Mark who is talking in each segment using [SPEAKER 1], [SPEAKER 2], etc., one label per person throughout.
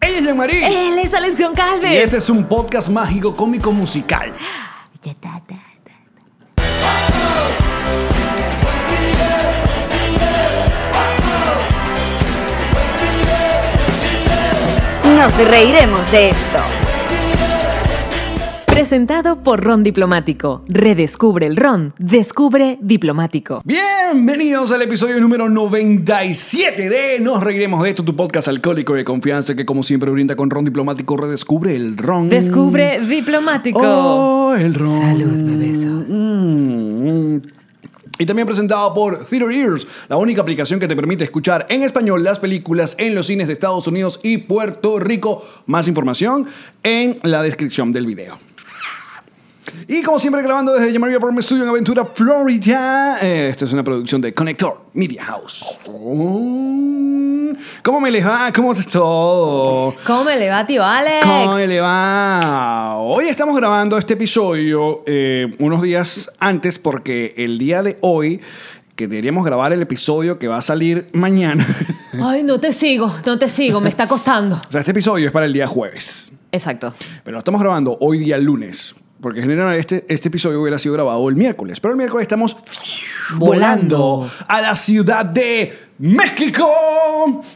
[SPEAKER 1] ella es Jean-Marie.
[SPEAKER 2] Él es Alex Goncalves.
[SPEAKER 1] Y este es un podcast mágico, cómico, musical.
[SPEAKER 2] Ya, ta, ta, ta. Nos reiremos de esto. Presentado por Ron Diplomático. Redescubre el Ron. Descubre Diplomático.
[SPEAKER 1] Bienvenidos al episodio número 97 de Nos Reiremos de esto, tu podcast alcohólico de confianza que como siempre brinda con ron diplomático, redescubre el ron.
[SPEAKER 2] Descubre Diplomático.
[SPEAKER 1] Mm. Oh, el ron.
[SPEAKER 2] Salud, bebesos.
[SPEAKER 1] Mm, mm. Y también presentado por Theater Ears, la única aplicación que te permite escuchar en español las películas en los cines de Estados Unidos y Puerto Rico. Más información en la descripción del video. Y como siempre, grabando desde Yamaria Apartment Studio en Aventura, Florida. Eh, esto es una producción de Connector Media House. ¿Cómo me les va? ¿Cómo está todo?
[SPEAKER 2] ¿Cómo me le va, tío Alex?
[SPEAKER 1] ¿Cómo le va? Hoy estamos grabando este episodio eh, unos días antes porque el día de hoy que deberíamos grabar el episodio que va a salir mañana.
[SPEAKER 2] Ay, no te sigo, no te sigo, me está costando.
[SPEAKER 1] o sea, este episodio es para el día jueves,
[SPEAKER 2] Exacto.
[SPEAKER 1] pero lo estamos grabando hoy día lunes. Porque generalmente este, este episodio hubiera sido grabado el miércoles. Pero el miércoles estamos
[SPEAKER 2] Volando.
[SPEAKER 1] volando a la ciudad de México.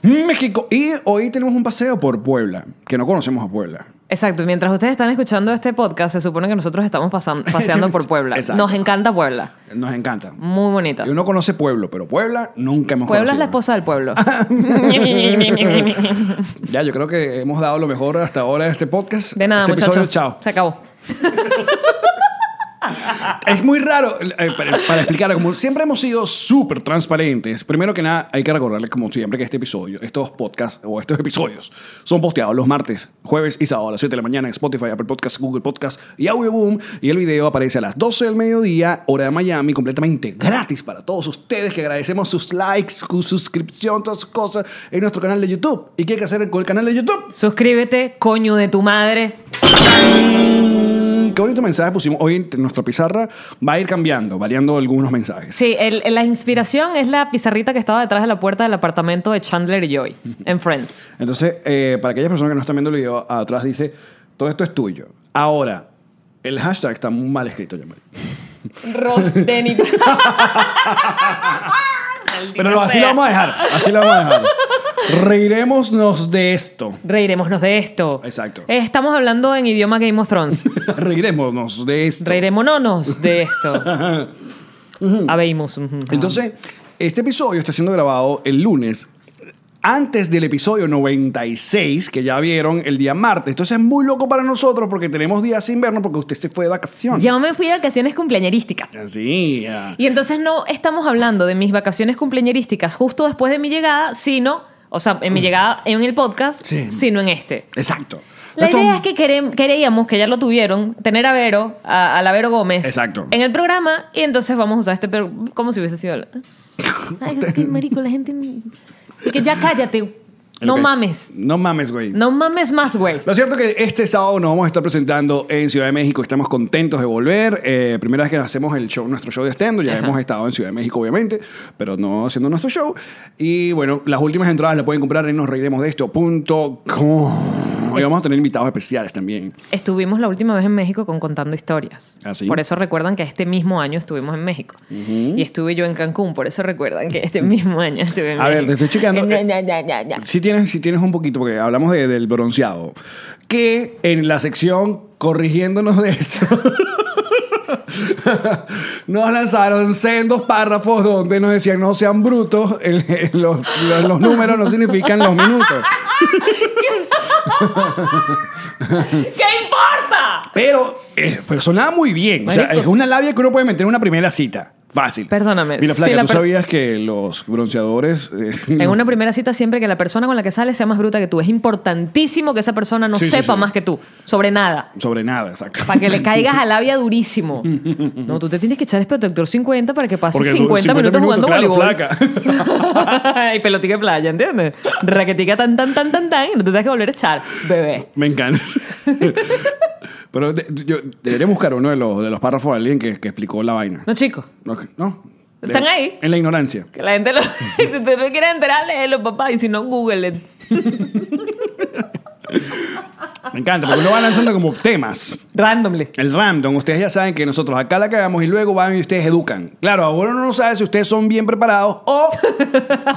[SPEAKER 1] México. Y hoy tenemos un paseo por Puebla, que no conocemos a Puebla.
[SPEAKER 2] Exacto, mientras ustedes están escuchando este podcast, se supone que nosotros estamos pasan- paseando por Puebla.
[SPEAKER 1] Exacto.
[SPEAKER 2] Nos encanta Puebla,
[SPEAKER 1] Nos encanta.
[SPEAKER 2] muy bonita.
[SPEAKER 1] Y uno conoce Pueblo, pero Puebla nunca hemos
[SPEAKER 2] Puebla es la
[SPEAKER 1] conocido.
[SPEAKER 2] esposa del pueblo.
[SPEAKER 1] Ya, yo creo que hemos dado lo mejor hasta ahora de este podcast.
[SPEAKER 2] De nada,
[SPEAKER 1] este
[SPEAKER 2] muchachos.
[SPEAKER 1] episodio, chao.
[SPEAKER 2] Se acabó.
[SPEAKER 1] Es muy raro, eh, para, para explicarlo, como siempre hemos sido súper transparentes. Primero que nada, hay que recordarles, como siempre, que este episodio, estos podcasts o estos episodios son posteados los martes, jueves y sábado a las 7 de la mañana en Spotify, Apple Podcasts, Google Podcasts y Audioboom. Y el video aparece a las 12 del mediodía, hora de Miami, completamente gratis para todos ustedes, que agradecemos sus likes, su suscripción, todas sus cosas en nuestro canal de YouTube. ¿Y qué hay que hacer con el canal de YouTube?
[SPEAKER 2] Suscríbete, coño de tu madre.
[SPEAKER 1] Mm, Qué bonito mensaje pusimos hoy en nuestra pizarra. Va a ir cambiando, variando algunos mensajes.
[SPEAKER 2] Sí, el- la inspiración es la pizarrita que estaba detrás de la puerta del apartamento de Chandler y Joy en Friends.
[SPEAKER 1] Entonces, eh, para aquellas personas que no están viendo el video, atrás dice, todo esto es tuyo. Ahora, el hashtag está muy mal escrito, Yamari.
[SPEAKER 2] Ross Denny.
[SPEAKER 1] Pero no, así lo vamos a dejar, así lo vamos a dejar. Reirémonos de esto.
[SPEAKER 2] Reirémonos de esto.
[SPEAKER 1] Exacto.
[SPEAKER 2] Eh, Estamos hablando en idioma Game of Thrones.
[SPEAKER 1] Reirémonos de esto.
[SPEAKER 2] Reirémonos de esto. Habemos. ujú.
[SPEAKER 1] Entonces, este episodio está siendo grabado el lunes. Antes del episodio 96, que ya vieron el día martes. Entonces es muy loco para nosotros porque tenemos días sin vernos porque usted se fue de vacaciones.
[SPEAKER 2] Yo me fui de vacaciones cumpleañerísticas.
[SPEAKER 1] Así. ah.
[SPEAKER 2] Y entonces no estamos hablando de mis vacaciones cumpleañerísticas justo después de mi llegada, sino, o sea, en mi llegada en el podcast,
[SPEAKER 1] Mm. Sí.
[SPEAKER 2] sino en este.
[SPEAKER 1] Exacto.
[SPEAKER 2] La
[SPEAKER 1] Esto-
[SPEAKER 2] idea es que quere- queríamos, que ya lo tuvieron, tener a Vero, a, a la Vero Gómez.
[SPEAKER 1] Exacto.
[SPEAKER 2] En el programa, y entonces vamos a usar este, pero como si hubiese sido. la- Ay, es que marico, la gente. Que ya cállate. No
[SPEAKER 1] Ok.
[SPEAKER 2] mames.
[SPEAKER 1] No mames, güey.
[SPEAKER 2] No mames más, güey.
[SPEAKER 1] Lo cierto que este sábado nos vamos a estar presentando en Ciudad de México. Estamos contentos de volver. Eh, primera vez que hacemos el show, nuestro show de stand Ya
[SPEAKER 2] Ajá.
[SPEAKER 1] hemos estado en Ciudad de México, obviamente, pero no haciendo nuestro show. Y bueno, las últimas entradas las pueden comprar en nosreiremosdeesto.com. Hoy vamos a tener invitados especiales también.
[SPEAKER 2] Estuvimos la última vez en México con Contando Historias.
[SPEAKER 1] ¿Ah, sí?
[SPEAKER 2] Por eso recuerdan que este mismo año estuvimos en México. Y estuve yo en Cancún, por eso recuerdan que este mismo año estuve en
[SPEAKER 1] A ver,
[SPEAKER 2] México.
[SPEAKER 1] te estoy chequeando. eh.
[SPEAKER 2] Ya, ya, ya, ya, ya.
[SPEAKER 1] Si tienes, si tienes un poquito, porque hablamos de- del bronceado. Que en la sección corrigiéndonos de esto, nos lanzaron sendos párrafos donde nos decían no sean brutos, el- el- los, los- los números no significan los minutos.
[SPEAKER 2] ¿Qué importa?
[SPEAKER 1] Pero, eh, pero sonaba muy bien. O sea,
[SPEAKER 2] Marico,
[SPEAKER 1] es una labia que uno puede meter en una primera cita. Fácil.
[SPEAKER 2] Perdóname,
[SPEAKER 1] Mira,
[SPEAKER 2] si
[SPEAKER 1] Flaca,
[SPEAKER 2] la
[SPEAKER 1] ¿tú
[SPEAKER 2] per-
[SPEAKER 1] sabías que los bronceadores. eh,
[SPEAKER 2] En una primera cita siempre que la persona con la que sales sea más bruta que tú. Es importantísimo que esa persona no
[SPEAKER 1] Sí, sí,
[SPEAKER 2] sepa
[SPEAKER 1] sí.
[SPEAKER 2] más que tú sobre nada.
[SPEAKER 1] Sobre nada, exacto.
[SPEAKER 2] Para que le caigas a labia durísimo. No, tú te tienes que echar el protector 50 para que pases
[SPEAKER 1] Porque tú-
[SPEAKER 2] 50,
[SPEAKER 1] 50
[SPEAKER 2] minutos, jugando
[SPEAKER 1] claro,
[SPEAKER 2] voleibol.
[SPEAKER 1] flaca.
[SPEAKER 2] y pelotica de playa, ¿entiendes? Raquetica tan, tan, tan, tan, tan, y no te tengas que volver a echar, bebé.
[SPEAKER 1] Me encanta. Pero de- yo- debería buscar uno de los, de los párrafos de alguien que, que explicó la vaina.
[SPEAKER 2] No, chico,
[SPEAKER 1] No. no.
[SPEAKER 2] ¿Están ahí?
[SPEAKER 1] En la ignorancia.
[SPEAKER 2] que la eh, gente lo... si tú no quieres enterar, léelo, papá, y si no, google it.
[SPEAKER 1] Me encanta, porque uno va lanzando como temas.
[SPEAKER 2] Randomly.
[SPEAKER 1] El random, ustedes ya saben que nosotros acá la cagamos y luego van y ustedes educan. Claro, ahora uno no sabe si ustedes son bien preparados o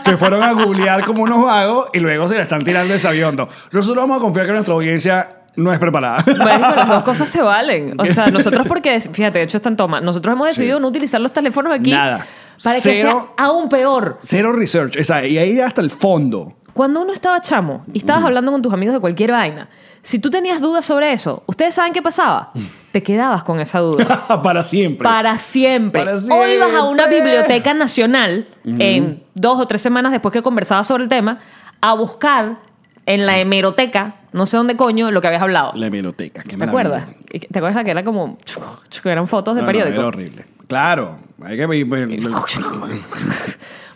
[SPEAKER 1] se fueron a googlear como unos vagos y luego se la están tirando el sabiondo. Nosotros vamos a confiar que nuestra audiencia no es preparada.
[SPEAKER 2] Marico, las dos cosas se valen. O sea, nosotros porque, fíjate, de hecho están toma. Nosotros hemos decidido
[SPEAKER 1] Sí.
[SPEAKER 2] no utilizar los teléfonos aquí
[SPEAKER 1] Nada.
[SPEAKER 2] para que
[SPEAKER 1] Cero.
[SPEAKER 2] sea aún peor.
[SPEAKER 1] Cero research, esa, y ahí hasta el fondo.
[SPEAKER 2] Cuando uno estaba chamo y estabas hablando con tus amigos de cualquier vaina, si tú tenías dudas sobre eso, ¿ustedes saben qué pasaba?
[SPEAKER 1] Mm.
[SPEAKER 2] Te quedabas con esa duda.
[SPEAKER 1] Para siempre.
[SPEAKER 2] Para siempre.
[SPEAKER 1] Para
[SPEAKER 2] O ibas a una
[SPEAKER 1] siempre.
[SPEAKER 2] biblioteca nacional en dos o tres semanas después que conversabas sobre el tema a buscar en la hemeroteca, no sé dónde coño, lo que habías hablado.
[SPEAKER 1] La hemeroteca, qué
[SPEAKER 2] ¿Te
[SPEAKER 1] maravilla.
[SPEAKER 2] acuerdas? Y que- ¿Te acuerdas la que era como chu, chu, que eran fotos de
[SPEAKER 1] No, no,
[SPEAKER 2] periódico?
[SPEAKER 1] era horrible. Claro. Hay que...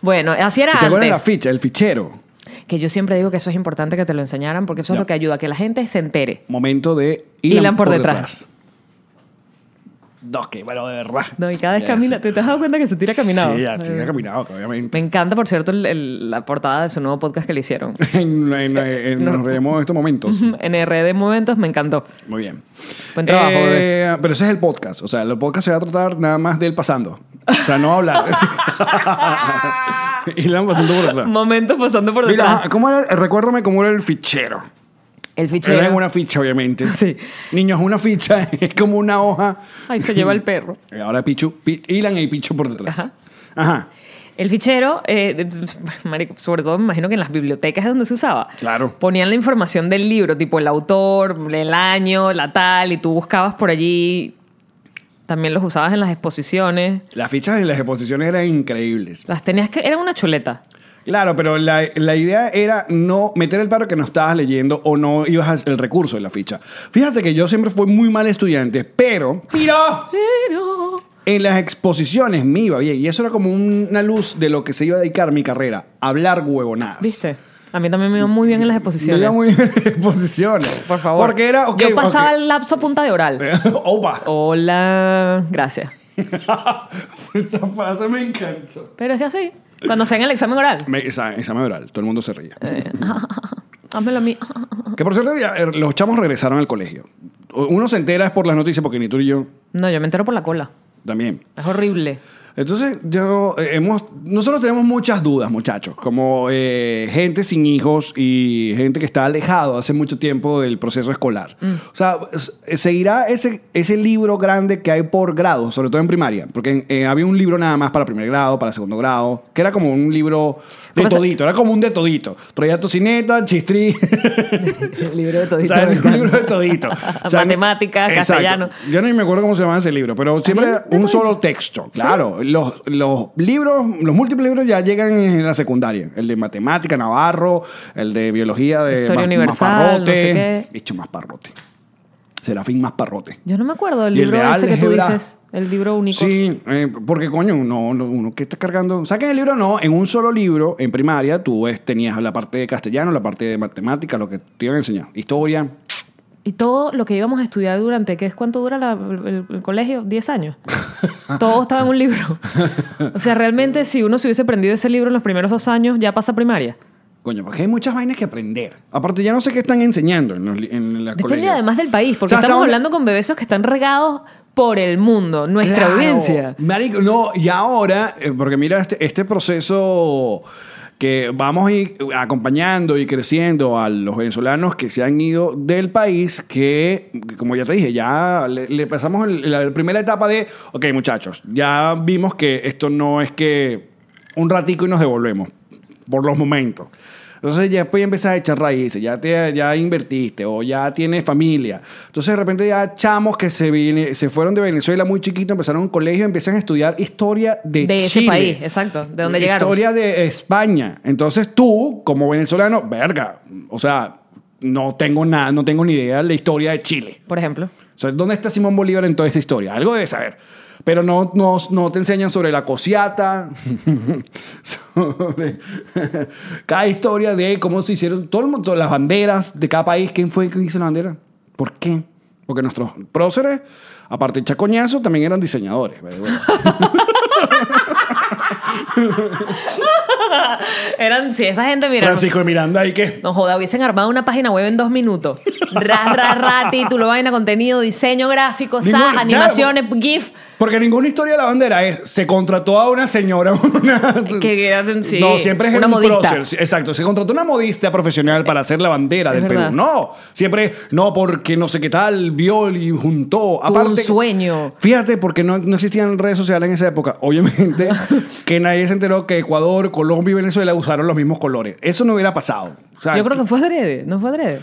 [SPEAKER 2] bueno, así era
[SPEAKER 1] ¿Te acuerdas la
[SPEAKER 2] antes.
[SPEAKER 1] ficha, el fichero?
[SPEAKER 2] Que yo siempre digo que eso es importante que te lo enseñaran porque eso es
[SPEAKER 1] Ya.
[SPEAKER 2] lo que ayuda a que la gente se entere.
[SPEAKER 1] Momento de
[SPEAKER 2] Ilan por detrás.
[SPEAKER 1] Dos que, bueno, de verdad.
[SPEAKER 2] No, y cada vez
[SPEAKER 1] Ya,
[SPEAKER 2] camina.
[SPEAKER 1] sí.
[SPEAKER 2] ¿Te te has dado cuenta que se tira caminado? Eh.
[SPEAKER 1] Sí, ya,
[SPEAKER 2] Ay,
[SPEAKER 1] sí, ya caminado, que obviamente.
[SPEAKER 2] Me encanta, por cierto, el- el- la portada de su nuevo podcast que le hicieron.
[SPEAKER 1] En- en- en-
[SPEAKER 2] No.
[SPEAKER 1] Nos reiremos en estos momentos.
[SPEAKER 2] NR de Momentos me encantó.
[SPEAKER 1] Muy bien.
[SPEAKER 2] Buen trabajo,
[SPEAKER 1] Eh,
[SPEAKER 2] bebé.
[SPEAKER 1] Pero ese es el podcast. O sea, el podcast se va a tratar nada más del pasando. O sea, no hablar. y la van pasando por detrás.
[SPEAKER 2] Momentos pasando por
[SPEAKER 1] Mira,
[SPEAKER 2] detrás.
[SPEAKER 1] ajá, ¿cómo era? Recuérdame cómo era el fichero. Era
[SPEAKER 2] el
[SPEAKER 1] en
[SPEAKER 2] fichero.
[SPEAKER 1] una ficha, obviamente.
[SPEAKER 2] Sí.
[SPEAKER 1] Niños, una ficha es como una hoja.
[SPEAKER 2] Ahí se lleva el perro.
[SPEAKER 1] Y Ahora Pichu, Pi- Ilan y Pichu por detrás. Ajá.
[SPEAKER 2] Ajá. El fichero, eh, de- marico, sobre todo me imagino que en las bibliotecas es donde se usaba.
[SPEAKER 1] Claro.
[SPEAKER 2] Ponían la información del libro, tipo el autor, el año, la tal, y tú buscabas por allí. También los usabas en las exposiciones.
[SPEAKER 1] Las fichas en las exposiciones eran increíbles.
[SPEAKER 2] Las tenías que... Era una chuleta.
[SPEAKER 1] Claro, pero la, la idea era no meter el paro que no estabas leyendo o no ibas al recurso de la ficha. Fíjate que yo siempre fui muy mal estudiante, pero... ¡Mira!
[SPEAKER 2] Pero...
[SPEAKER 1] En las exposiciones me iba bien y eso era como una luz de lo que se iba a dedicar mi carrera, hablar huevonadas.
[SPEAKER 2] ¿Viste? A mí también me iba muy bien en las
[SPEAKER 1] Me
[SPEAKER 2] exposiciones.
[SPEAKER 1] iba muy bien en las exposiciones.
[SPEAKER 2] Por favor.
[SPEAKER 1] Porque era... ok,
[SPEAKER 2] Yo pasaba
[SPEAKER 1] ok. Eh.
[SPEAKER 2] el lapso a punta de oral.
[SPEAKER 1] Opa.
[SPEAKER 2] Hola, gracias.
[SPEAKER 1] Pues Esa frase me encantó.
[SPEAKER 2] Pero es que así, cuando hacen el examen oral,
[SPEAKER 1] Me, esa, esa me oral, todo el mundo se ríe.
[SPEAKER 2] házmelo a mí.
[SPEAKER 1] Que por cierto, ya, eh, los chamos regresaron al colegio. Uno se entera es por las noticias, porque ni tú ni yo
[SPEAKER 2] No, yo me entero por la cola.
[SPEAKER 1] también.
[SPEAKER 2] Es horrible.
[SPEAKER 1] Entonces, yo, eh, hemos, nosotros tenemos muchas dudas, muchachos, como eh, gente sin hijos y gente que está alejado hace mucho tiempo del proceso escolar. O sea, s- seguirá ese, ese libro grande que hay por grado, sobre todo en primaria, porque eh, había un libro nada más para primer grado, para segundo grado, que era como un libro de
[SPEAKER 2] Como se-
[SPEAKER 1] todito, era como un de todito. Traía tocineta, chistri.
[SPEAKER 2] El libro de
[SPEAKER 1] O
[SPEAKER 2] todito.
[SPEAKER 1] sea, era
[SPEAKER 2] me
[SPEAKER 1] un
[SPEAKER 2] encanta.
[SPEAKER 1] libro de todito. O sea,
[SPEAKER 2] Matemáticas,
[SPEAKER 1] exacto.
[SPEAKER 2] castellano.
[SPEAKER 1] Yo no me acuerdo cómo se llamaba ese libro, pero siempre
[SPEAKER 2] libro
[SPEAKER 1] era
[SPEAKER 2] de
[SPEAKER 1] un
[SPEAKER 2] todito.
[SPEAKER 1] solo texto. Claro, los, los libros, los múltiples libros ya llegan en la secundaria. El de matemática, Navarro, el de biología de
[SPEAKER 2] Historia
[SPEAKER 1] Mas-
[SPEAKER 2] universal,
[SPEAKER 1] Masparrote.
[SPEAKER 2] no sé qué.
[SPEAKER 1] Hecho Masparrote. Serafín Masparrote.
[SPEAKER 2] Yo no me acuerdo del
[SPEAKER 1] Y el
[SPEAKER 2] libro
[SPEAKER 1] de
[SPEAKER 2] ese que tú
[SPEAKER 1] álgebra.
[SPEAKER 2] dices. El libro único.
[SPEAKER 1] Sí, eh, porque coño, no, no, uno que está cargando. Saquen el libro, no, en un solo libro, en primaria, tú ves, tenías la parte de castellano, la parte de matemática, lo que te iban a enseñar. Historia,
[SPEAKER 2] Y todo lo que íbamos a estudiar durante, ¿qué es cuánto dura la- el, el colegio? 10 años. todo estaba en un libro. O sea, realmente, si uno se hubiese aprendido ese libro en los primeros dos años, ya pasa primaria.
[SPEAKER 1] Coño, porque hay muchas vainas que aprender. Aparte, ya no sé qué están enseñando en, los, li- en la
[SPEAKER 2] Depende
[SPEAKER 1] colegio.
[SPEAKER 2] además del país, porque
[SPEAKER 1] O sea, hasta
[SPEAKER 2] estamos
[SPEAKER 1] dónde-
[SPEAKER 2] hablando con bebesos que están regados por el mundo, nuestra
[SPEAKER 1] Claro.
[SPEAKER 2] audiencia.
[SPEAKER 1] Marico, no, y ahora, eh, porque mira este, este proceso que vamos a ir acompañando y creciendo a los venezolanos que se han ido del país, que, como ya te dije, ya le, le pasamos el- la primera etapa de, ok, muchachos, ya vimos que esto no es que un ratico y nos devolvemos, por los momentos. Entonces ya después ya empiezas a echar raíces, ya, te, ya invertiste o ya tienes familia. Entonces de repente ya chamos que se, vine- se fueron de Venezuela muy chiquitos, empezaron un colegio, empiezan a estudiar historia de,
[SPEAKER 2] De ese
[SPEAKER 1] Chile.
[SPEAKER 2] país, exacto, de donde llegaron.
[SPEAKER 1] Historia de España. Entonces tú, como venezolano, verga, o sea, no tengo nada, no tengo ni idea de la historia de Chile.
[SPEAKER 2] Por ejemplo.
[SPEAKER 1] O sea, ¿dónde está Simón Bolívar en toda esta historia? Algo debes saber. Pero no, no, no te enseñan sobre la cosiata, sobre cada historia de cómo se hicieron todo el mundo, las banderas de cada país. ¿Quién fue que hizo la bandera? ¿Por qué? Porque nuestros próceres, aparte de chacoñazos, también eran diseñadores. Pero bueno.
[SPEAKER 2] Eran, si esa gente, mira.
[SPEAKER 1] Francisco de Miranda, ¿y qué?
[SPEAKER 2] No joda, hubiesen armado una página web en dos minutos. Ra, ra, ra, título, vaina, contenido, diseño gráfico,
[SPEAKER 1] Ningún-
[SPEAKER 2] sas,
[SPEAKER 1] claro,
[SPEAKER 2] animaciones, GIF.
[SPEAKER 1] Porque ninguna historia de la bandera es se contrató a una señora. Una,
[SPEAKER 2] Que- que hacen- sí,
[SPEAKER 1] no, siempre es
[SPEAKER 2] una
[SPEAKER 1] un
[SPEAKER 2] modista. Eh,
[SPEAKER 1] prócer. Exacto, se contrató una modista profesional para hacer la bandera
[SPEAKER 2] Es
[SPEAKER 1] del
[SPEAKER 2] verdad.
[SPEAKER 1] Perú. No, siempre no porque no sé qué tal, vio y juntó. Aparte,
[SPEAKER 2] un sueño.
[SPEAKER 1] Fíjate, porque no, no existían redes sociales en esa época, obviamente, que nadie se enteró que Ecuador, Colombia y Venezuela usaron los mismos colores. Eso no hubiera pasado. O sea,
[SPEAKER 2] Yo creo que fue adrede, no fue adrede.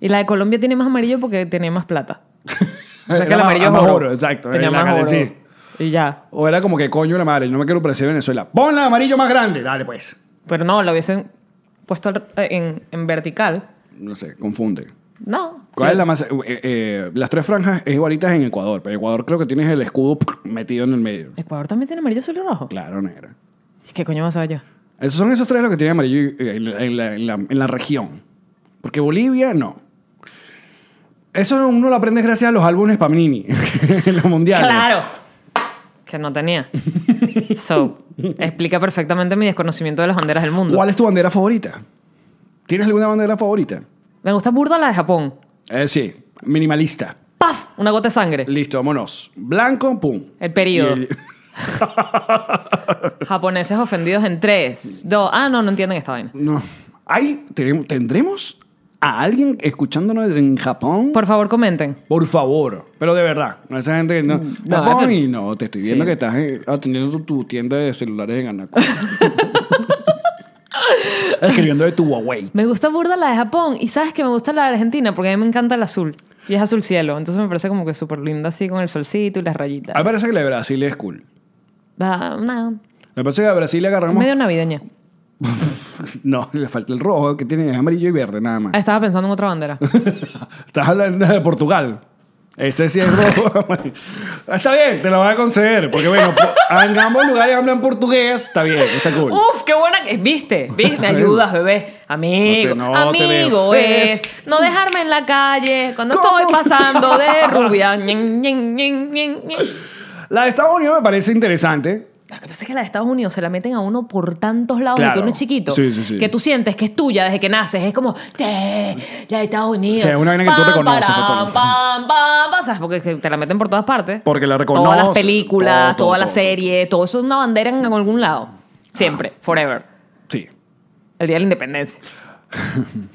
[SPEAKER 2] Y la de Colombia tiene más amarillo porque tenía más plata. O sea que
[SPEAKER 1] Eh, Era
[SPEAKER 2] el
[SPEAKER 1] más-
[SPEAKER 2] amarillo es
[SPEAKER 1] más
[SPEAKER 2] oro.
[SPEAKER 1] oro, exacto.
[SPEAKER 2] Tenía
[SPEAKER 1] En la
[SPEAKER 2] más
[SPEAKER 1] cara,
[SPEAKER 2] oro.
[SPEAKER 1] sí.
[SPEAKER 2] Y ya.
[SPEAKER 1] O era como que coño la madre, no me quiero parecer Venezuela. Ponla amarillo más grande, dale pues.
[SPEAKER 2] Pero no, lo hubiesen puesto al- en, en vertical.
[SPEAKER 1] No sé, confunde.
[SPEAKER 2] No.
[SPEAKER 1] ¿Cuál
[SPEAKER 2] Sí.
[SPEAKER 1] es la más.? eh, eh, las tres franjas es igualitas en Ecuador, pero Ecuador creo que tienes el escudo ¡puc! metido en el medio.
[SPEAKER 2] Ecuador también tiene amarillo, azul y rojo.
[SPEAKER 1] Claro, negra.
[SPEAKER 2] ¿Qué coño más sabe yo?
[SPEAKER 1] Esos son esos tres los que tienen amarillo eh, en la, en la- en la- en la región. Porque Bolivia, no. Eso uno lo aprende gracias a los álbumes Pamnini, en los mundiales.
[SPEAKER 2] Claro. Que no tenía. So, explica perfectamente mi desconocimiento de las banderas del mundo.
[SPEAKER 1] ¿Cuál es tu bandera favorita? ¿Tienes alguna bandera favorita?
[SPEAKER 2] Me gusta burda la de Japón.
[SPEAKER 1] Eh, sí, minimalista.
[SPEAKER 2] ¡Paf! Una gota de sangre.
[SPEAKER 1] Listo, vámonos. Blanco, pum.
[SPEAKER 2] El periodo.
[SPEAKER 1] Y el-
[SPEAKER 2] Japoneses ofendidos en tres, dos. Ah, no, no entienden esta vaina.
[SPEAKER 1] No. ¿Hay, tenemos- ¿Tendremos a alguien escuchándonos en Japón? Por,
[SPEAKER 2] Por favor, comenten.
[SPEAKER 1] favor. Pero de verdad. Esa gente que Mm, no. Japón
[SPEAKER 2] pero-
[SPEAKER 1] y no, te estoy viendo
[SPEAKER 2] Sí.
[SPEAKER 1] que estás eh, atendiendo tu, tu tienda de celulares en Anaco. Escribiendo de tu Huawei.
[SPEAKER 2] Me gusta burda la de Japón y sabes que me gusta la de Argentina porque a mí me encanta el azul. Y es azul cielo, entonces me parece como que súper linda así con el solcito y las rayitas.
[SPEAKER 1] A mí me parece que la de Brasil es cool.
[SPEAKER 2] Da, una-
[SPEAKER 1] Me parece que a Brasil le agarramos.
[SPEAKER 2] medio navideña.
[SPEAKER 1] No, le falta el rojo, que tiene es amarillo y verde nada más.
[SPEAKER 2] Ah, estaba pensando en otra bandera.
[SPEAKER 1] Estás hablando de Portugal. Ese sí es rojo. está bien, te lo voy a conceder. Porque bueno, po- en ambos lugares hablan portugués. Está bien, está cool.
[SPEAKER 2] Uf, qué buena que viste, viste, me ayudas, bebé, amigo,
[SPEAKER 1] No te- no te
[SPEAKER 2] amigo
[SPEAKER 1] veo.
[SPEAKER 2] es
[SPEAKER 1] Es-
[SPEAKER 2] no dejarme en la calle cuando
[SPEAKER 1] ¿Cómo?
[SPEAKER 2] estoy pasando de rubia. Ñen, Ñen, Ñen, Ñen, Ñen.
[SPEAKER 1] La de Estados Unidos me parece interesante.
[SPEAKER 2] Lo que pasa es que la de Estados Unidos se la meten a uno por tantos lados
[SPEAKER 1] Claro.
[SPEAKER 2] desde que uno es chiquito.
[SPEAKER 1] Sí, sí, sí.
[SPEAKER 2] Que tú sientes que es tuya desde que naces. Es como, "Te, la de Estados Unidos.
[SPEAKER 1] O sea, una vaina que tú
[SPEAKER 2] Pam,
[SPEAKER 1] reconoces,
[SPEAKER 2] parán,
[SPEAKER 1] por todo.
[SPEAKER 2] pam, pam, pam. ¿Sabes? Porque es que te la meten por todas partes.
[SPEAKER 1] Porque la reconoces.
[SPEAKER 2] Todas las películas,
[SPEAKER 1] Todo, todo,
[SPEAKER 2] todas las
[SPEAKER 1] todo, Ah. todo.
[SPEAKER 2] series, todo eso es una bandera en algún lado. Siempre, forever.
[SPEAKER 1] Sí.
[SPEAKER 2] El Día de la Independencia.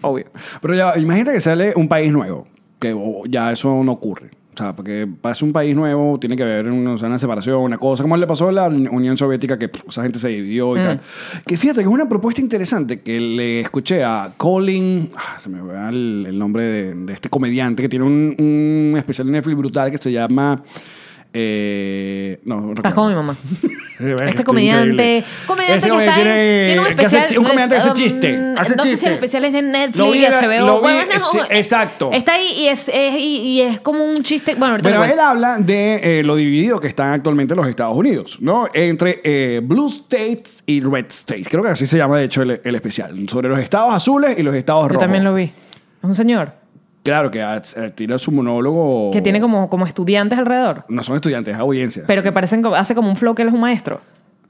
[SPEAKER 2] Obvio.
[SPEAKER 1] Pero ya, imagínate que sale un país nuevo. Que oh, ya eso no ocurre. O sea, porque pasa un país nuevo, tiene que haber una, o sea, una separación, una cosa, como le pasó a la Unión Soviética, que pff, esa gente se dividió
[SPEAKER 2] Mm.
[SPEAKER 1] y tal. Que fíjate que es una propuesta interesante que le escuché a Colin, ah, se me va el, el nombre de, de este comediante que tiene un, un especial en Netflix brutal que se llama... eh, no, no
[SPEAKER 2] Estás
[SPEAKER 1] recuerdo.
[SPEAKER 2] como mi mamá. Este
[SPEAKER 1] Estoy
[SPEAKER 2] comediante.
[SPEAKER 1] increíble.
[SPEAKER 2] Comediante
[SPEAKER 1] Este
[SPEAKER 2] que está
[SPEAKER 1] tiene-
[SPEAKER 2] en- tiene un
[SPEAKER 1] que
[SPEAKER 2] especial.
[SPEAKER 1] hace chi- un comediante hace
[SPEAKER 2] um,
[SPEAKER 1] chiste. Hace
[SPEAKER 2] no sé si
[SPEAKER 1] chiste.
[SPEAKER 2] el especial es de Netflix,
[SPEAKER 1] Lo vi,
[SPEAKER 2] HBO.
[SPEAKER 1] lo vi,
[SPEAKER 2] bueno,
[SPEAKER 1] eh, sí, exacto.
[SPEAKER 2] Está ahí y es, es- y, y es como un chiste. Bueno, ahorita
[SPEAKER 1] Pero
[SPEAKER 2] te
[SPEAKER 1] él
[SPEAKER 2] cuento.
[SPEAKER 1] habla de eh, lo dividido que están actualmente los Estados Unidos, ¿no? Entre eh, Blue States y Red States. Creo que así se llama, de hecho, el, el especial. Sobre los estados azules y los estados
[SPEAKER 2] Yo
[SPEAKER 1] rojos.
[SPEAKER 2] también lo vi. Es un señor
[SPEAKER 1] Claro, que ah, eh, tira su monólogo.
[SPEAKER 2] que tiene como, como estudiantes alrededor,
[SPEAKER 1] No son estudiantes, es audiencia.
[SPEAKER 2] pero que parecen como- hace como un flow que él es un maestro.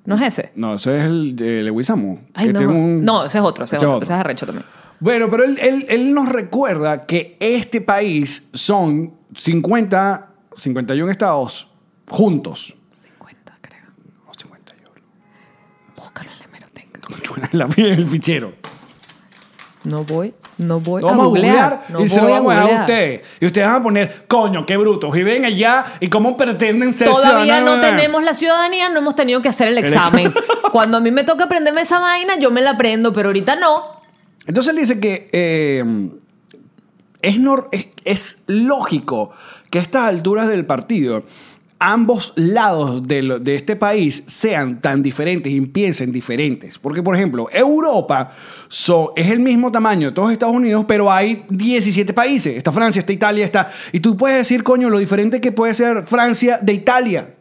[SPEAKER 2] ¿No es ese?
[SPEAKER 1] No, ese es el de Leguizamo.
[SPEAKER 2] Ay,
[SPEAKER 1] que
[SPEAKER 2] no.
[SPEAKER 1] tiene un-
[SPEAKER 2] No, ese es otro. Ese, es otro. Ese es arrecho también.
[SPEAKER 1] Bueno, pero él, él- él nos recuerda que este país son 50, 51 estados juntos.
[SPEAKER 2] 50, creo.
[SPEAKER 1] No, 51.
[SPEAKER 2] Búscalo en la hemeroteca.
[SPEAKER 1] La piel el fichero.
[SPEAKER 2] No voy, no voy
[SPEAKER 1] Lo
[SPEAKER 2] a
[SPEAKER 1] vamos a
[SPEAKER 2] googlear.
[SPEAKER 1] googlear
[SPEAKER 2] no
[SPEAKER 1] y se lo
[SPEAKER 2] voy
[SPEAKER 1] vamos a dejar a
[SPEAKER 2] googlear.
[SPEAKER 1] ustedes. Y ustedes van a poner, coño, qué brutos. Y ven allá y cómo pretenden ser
[SPEAKER 2] Todavía
[SPEAKER 1] ciudadanos.
[SPEAKER 2] no tenemos la ciudadanía, no hemos tenido que hacer el examen. Cuando a mí me toca aprenderme esa vaina, yo me la aprendo, pero ahorita no.
[SPEAKER 1] Entonces él dice que eh, es, nor- es, es lógico que a estas alturas del partido ambos lados de, lo- de este país sean tan diferentes y piensen diferentes. Porque, por ejemplo, Europa so- es el mismo tamaño de todos Estados Unidos, pero hay 17 países. Está Francia, está Italia, está... Y tú puedes decir, coño, lo diferente que puede ser Francia de Italia.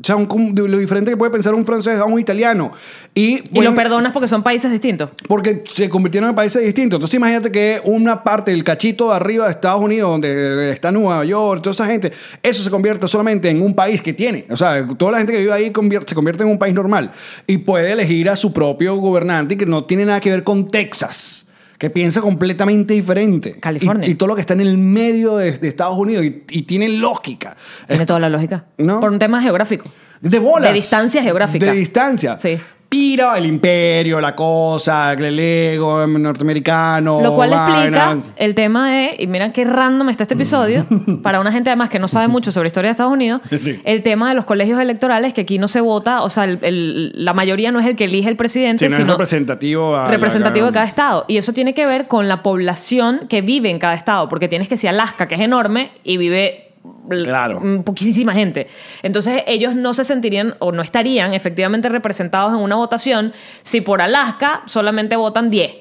[SPEAKER 1] O sea, un- un- de lo diferente que puede pensar un francés a un italiano. Y,
[SPEAKER 2] y
[SPEAKER 1] bueno,
[SPEAKER 2] lo perdonas porque son países distintos.
[SPEAKER 1] porque se convirtieron en países distintos. Entonces imagínate que una parte, el cachito de arriba de Estados Unidos, donde está Nueva York, toda esa gente, eso se convierte solamente en un país que tiene. O sea, toda la gente que vive ahí convier- se convierte en un país normal. Y puede elegir a su propio gobernante y que no tiene nada que ver con Texas. Que piensa completamente diferente.
[SPEAKER 2] California.
[SPEAKER 1] Y, y todo lo que está en el medio de, de Estados Unidos. Y, y tiene lógica.
[SPEAKER 2] Tiene toda la lógica.
[SPEAKER 1] ¿No?
[SPEAKER 2] Por un tema geográfico.
[SPEAKER 1] De bolas.
[SPEAKER 2] De distancia geográfica.
[SPEAKER 1] De distancia.
[SPEAKER 2] Sí.
[SPEAKER 1] Pira el imperio, la cosa, el ego norteamericano.
[SPEAKER 2] Lo cual
[SPEAKER 1] Oh, vaina. Mm.
[SPEAKER 2] explica el tema de, y mira qué random está este episodio, para una gente además que no sabe mucho sobre historia de Estados Unidos,
[SPEAKER 1] Sí.
[SPEAKER 2] el tema de los colegios electorales, que aquí no se vota, o sea, el- el- la mayoría no es el que elige el presidente,
[SPEAKER 1] Sí, no es
[SPEAKER 2] sino
[SPEAKER 1] representativo. a la-
[SPEAKER 2] representativo de cada estado. Y eso tiene que ver con la población que vive en cada estado, porque tienes que si Alaska, que es enorme, y vive l-
[SPEAKER 1] Claro.
[SPEAKER 2] mm, poquísima gente. Entonces ellos no se sentirían o no estarían efectivamente representados en una votación si por Alaska solamente votan 10.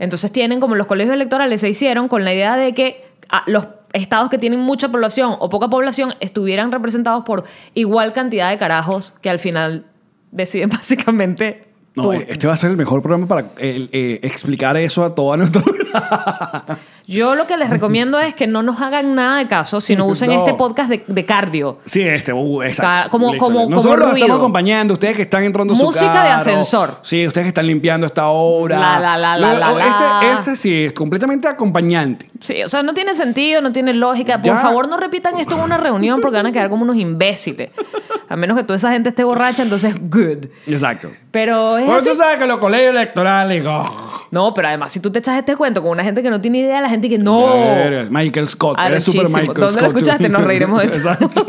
[SPEAKER 2] Entonces tienen como los colegios electorales se hicieron con la idea de que ah, los estados que tienen mucha población o poca población estuvieran representados por igual cantidad de carajos que al final deciden básicamente
[SPEAKER 1] No,
[SPEAKER 2] tú.
[SPEAKER 1] eh, este va a ser el mejor programa para eh, eh, explicar eso a toda nuestra.
[SPEAKER 2] Yo lo que les recomiendo es que no nos hagan nada de caso, sino usen
[SPEAKER 1] No.
[SPEAKER 2] este podcast de, de cardio.
[SPEAKER 1] sí, este, uh, exacto.
[SPEAKER 2] Ca- como-
[SPEAKER 1] Listo,
[SPEAKER 2] como-
[SPEAKER 1] listo.
[SPEAKER 2] como
[SPEAKER 1] Nosotros los
[SPEAKER 2] ruido.
[SPEAKER 1] estamos acompañando, ustedes que están entrando a su
[SPEAKER 2] Música de
[SPEAKER 1] carro.
[SPEAKER 2] ascensor.
[SPEAKER 1] Sí, ustedes que están limpiando esta obra.
[SPEAKER 2] La, la, la, la, la, la.
[SPEAKER 1] Este, este sí es completamente acompañante.
[SPEAKER 2] Sí, o sea, no tiene sentido, no tiene lógica. Por
[SPEAKER 1] Ya.
[SPEAKER 2] favor, no repitan esto en una reunión porque van a quedar como unos imbéciles. A menos que toda esa gente esté borracha, entonces good.
[SPEAKER 1] Exacto.
[SPEAKER 2] Pero es
[SPEAKER 1] Pero
[SPEAKER 2] así.
[SPEAKER 1] tú sabes que los colegios electorales. oh,
[SPEAKER 2] No, pero además, si tú te echas este cuento con una gente que no tiene idea, la gente que no.
[SPEAKER 1] Eres Michael Scott, eres
[SPEAKER 2] Arrechísimo.
[SPEAKER 1] super Michael
[SPEAKER 2] ¿Dónde
[SPEAKER 1] Scott.
[SPEAKER 2] lo escuchaste? Nos reiremos de eso.
[SPEAKER 1] Exacto.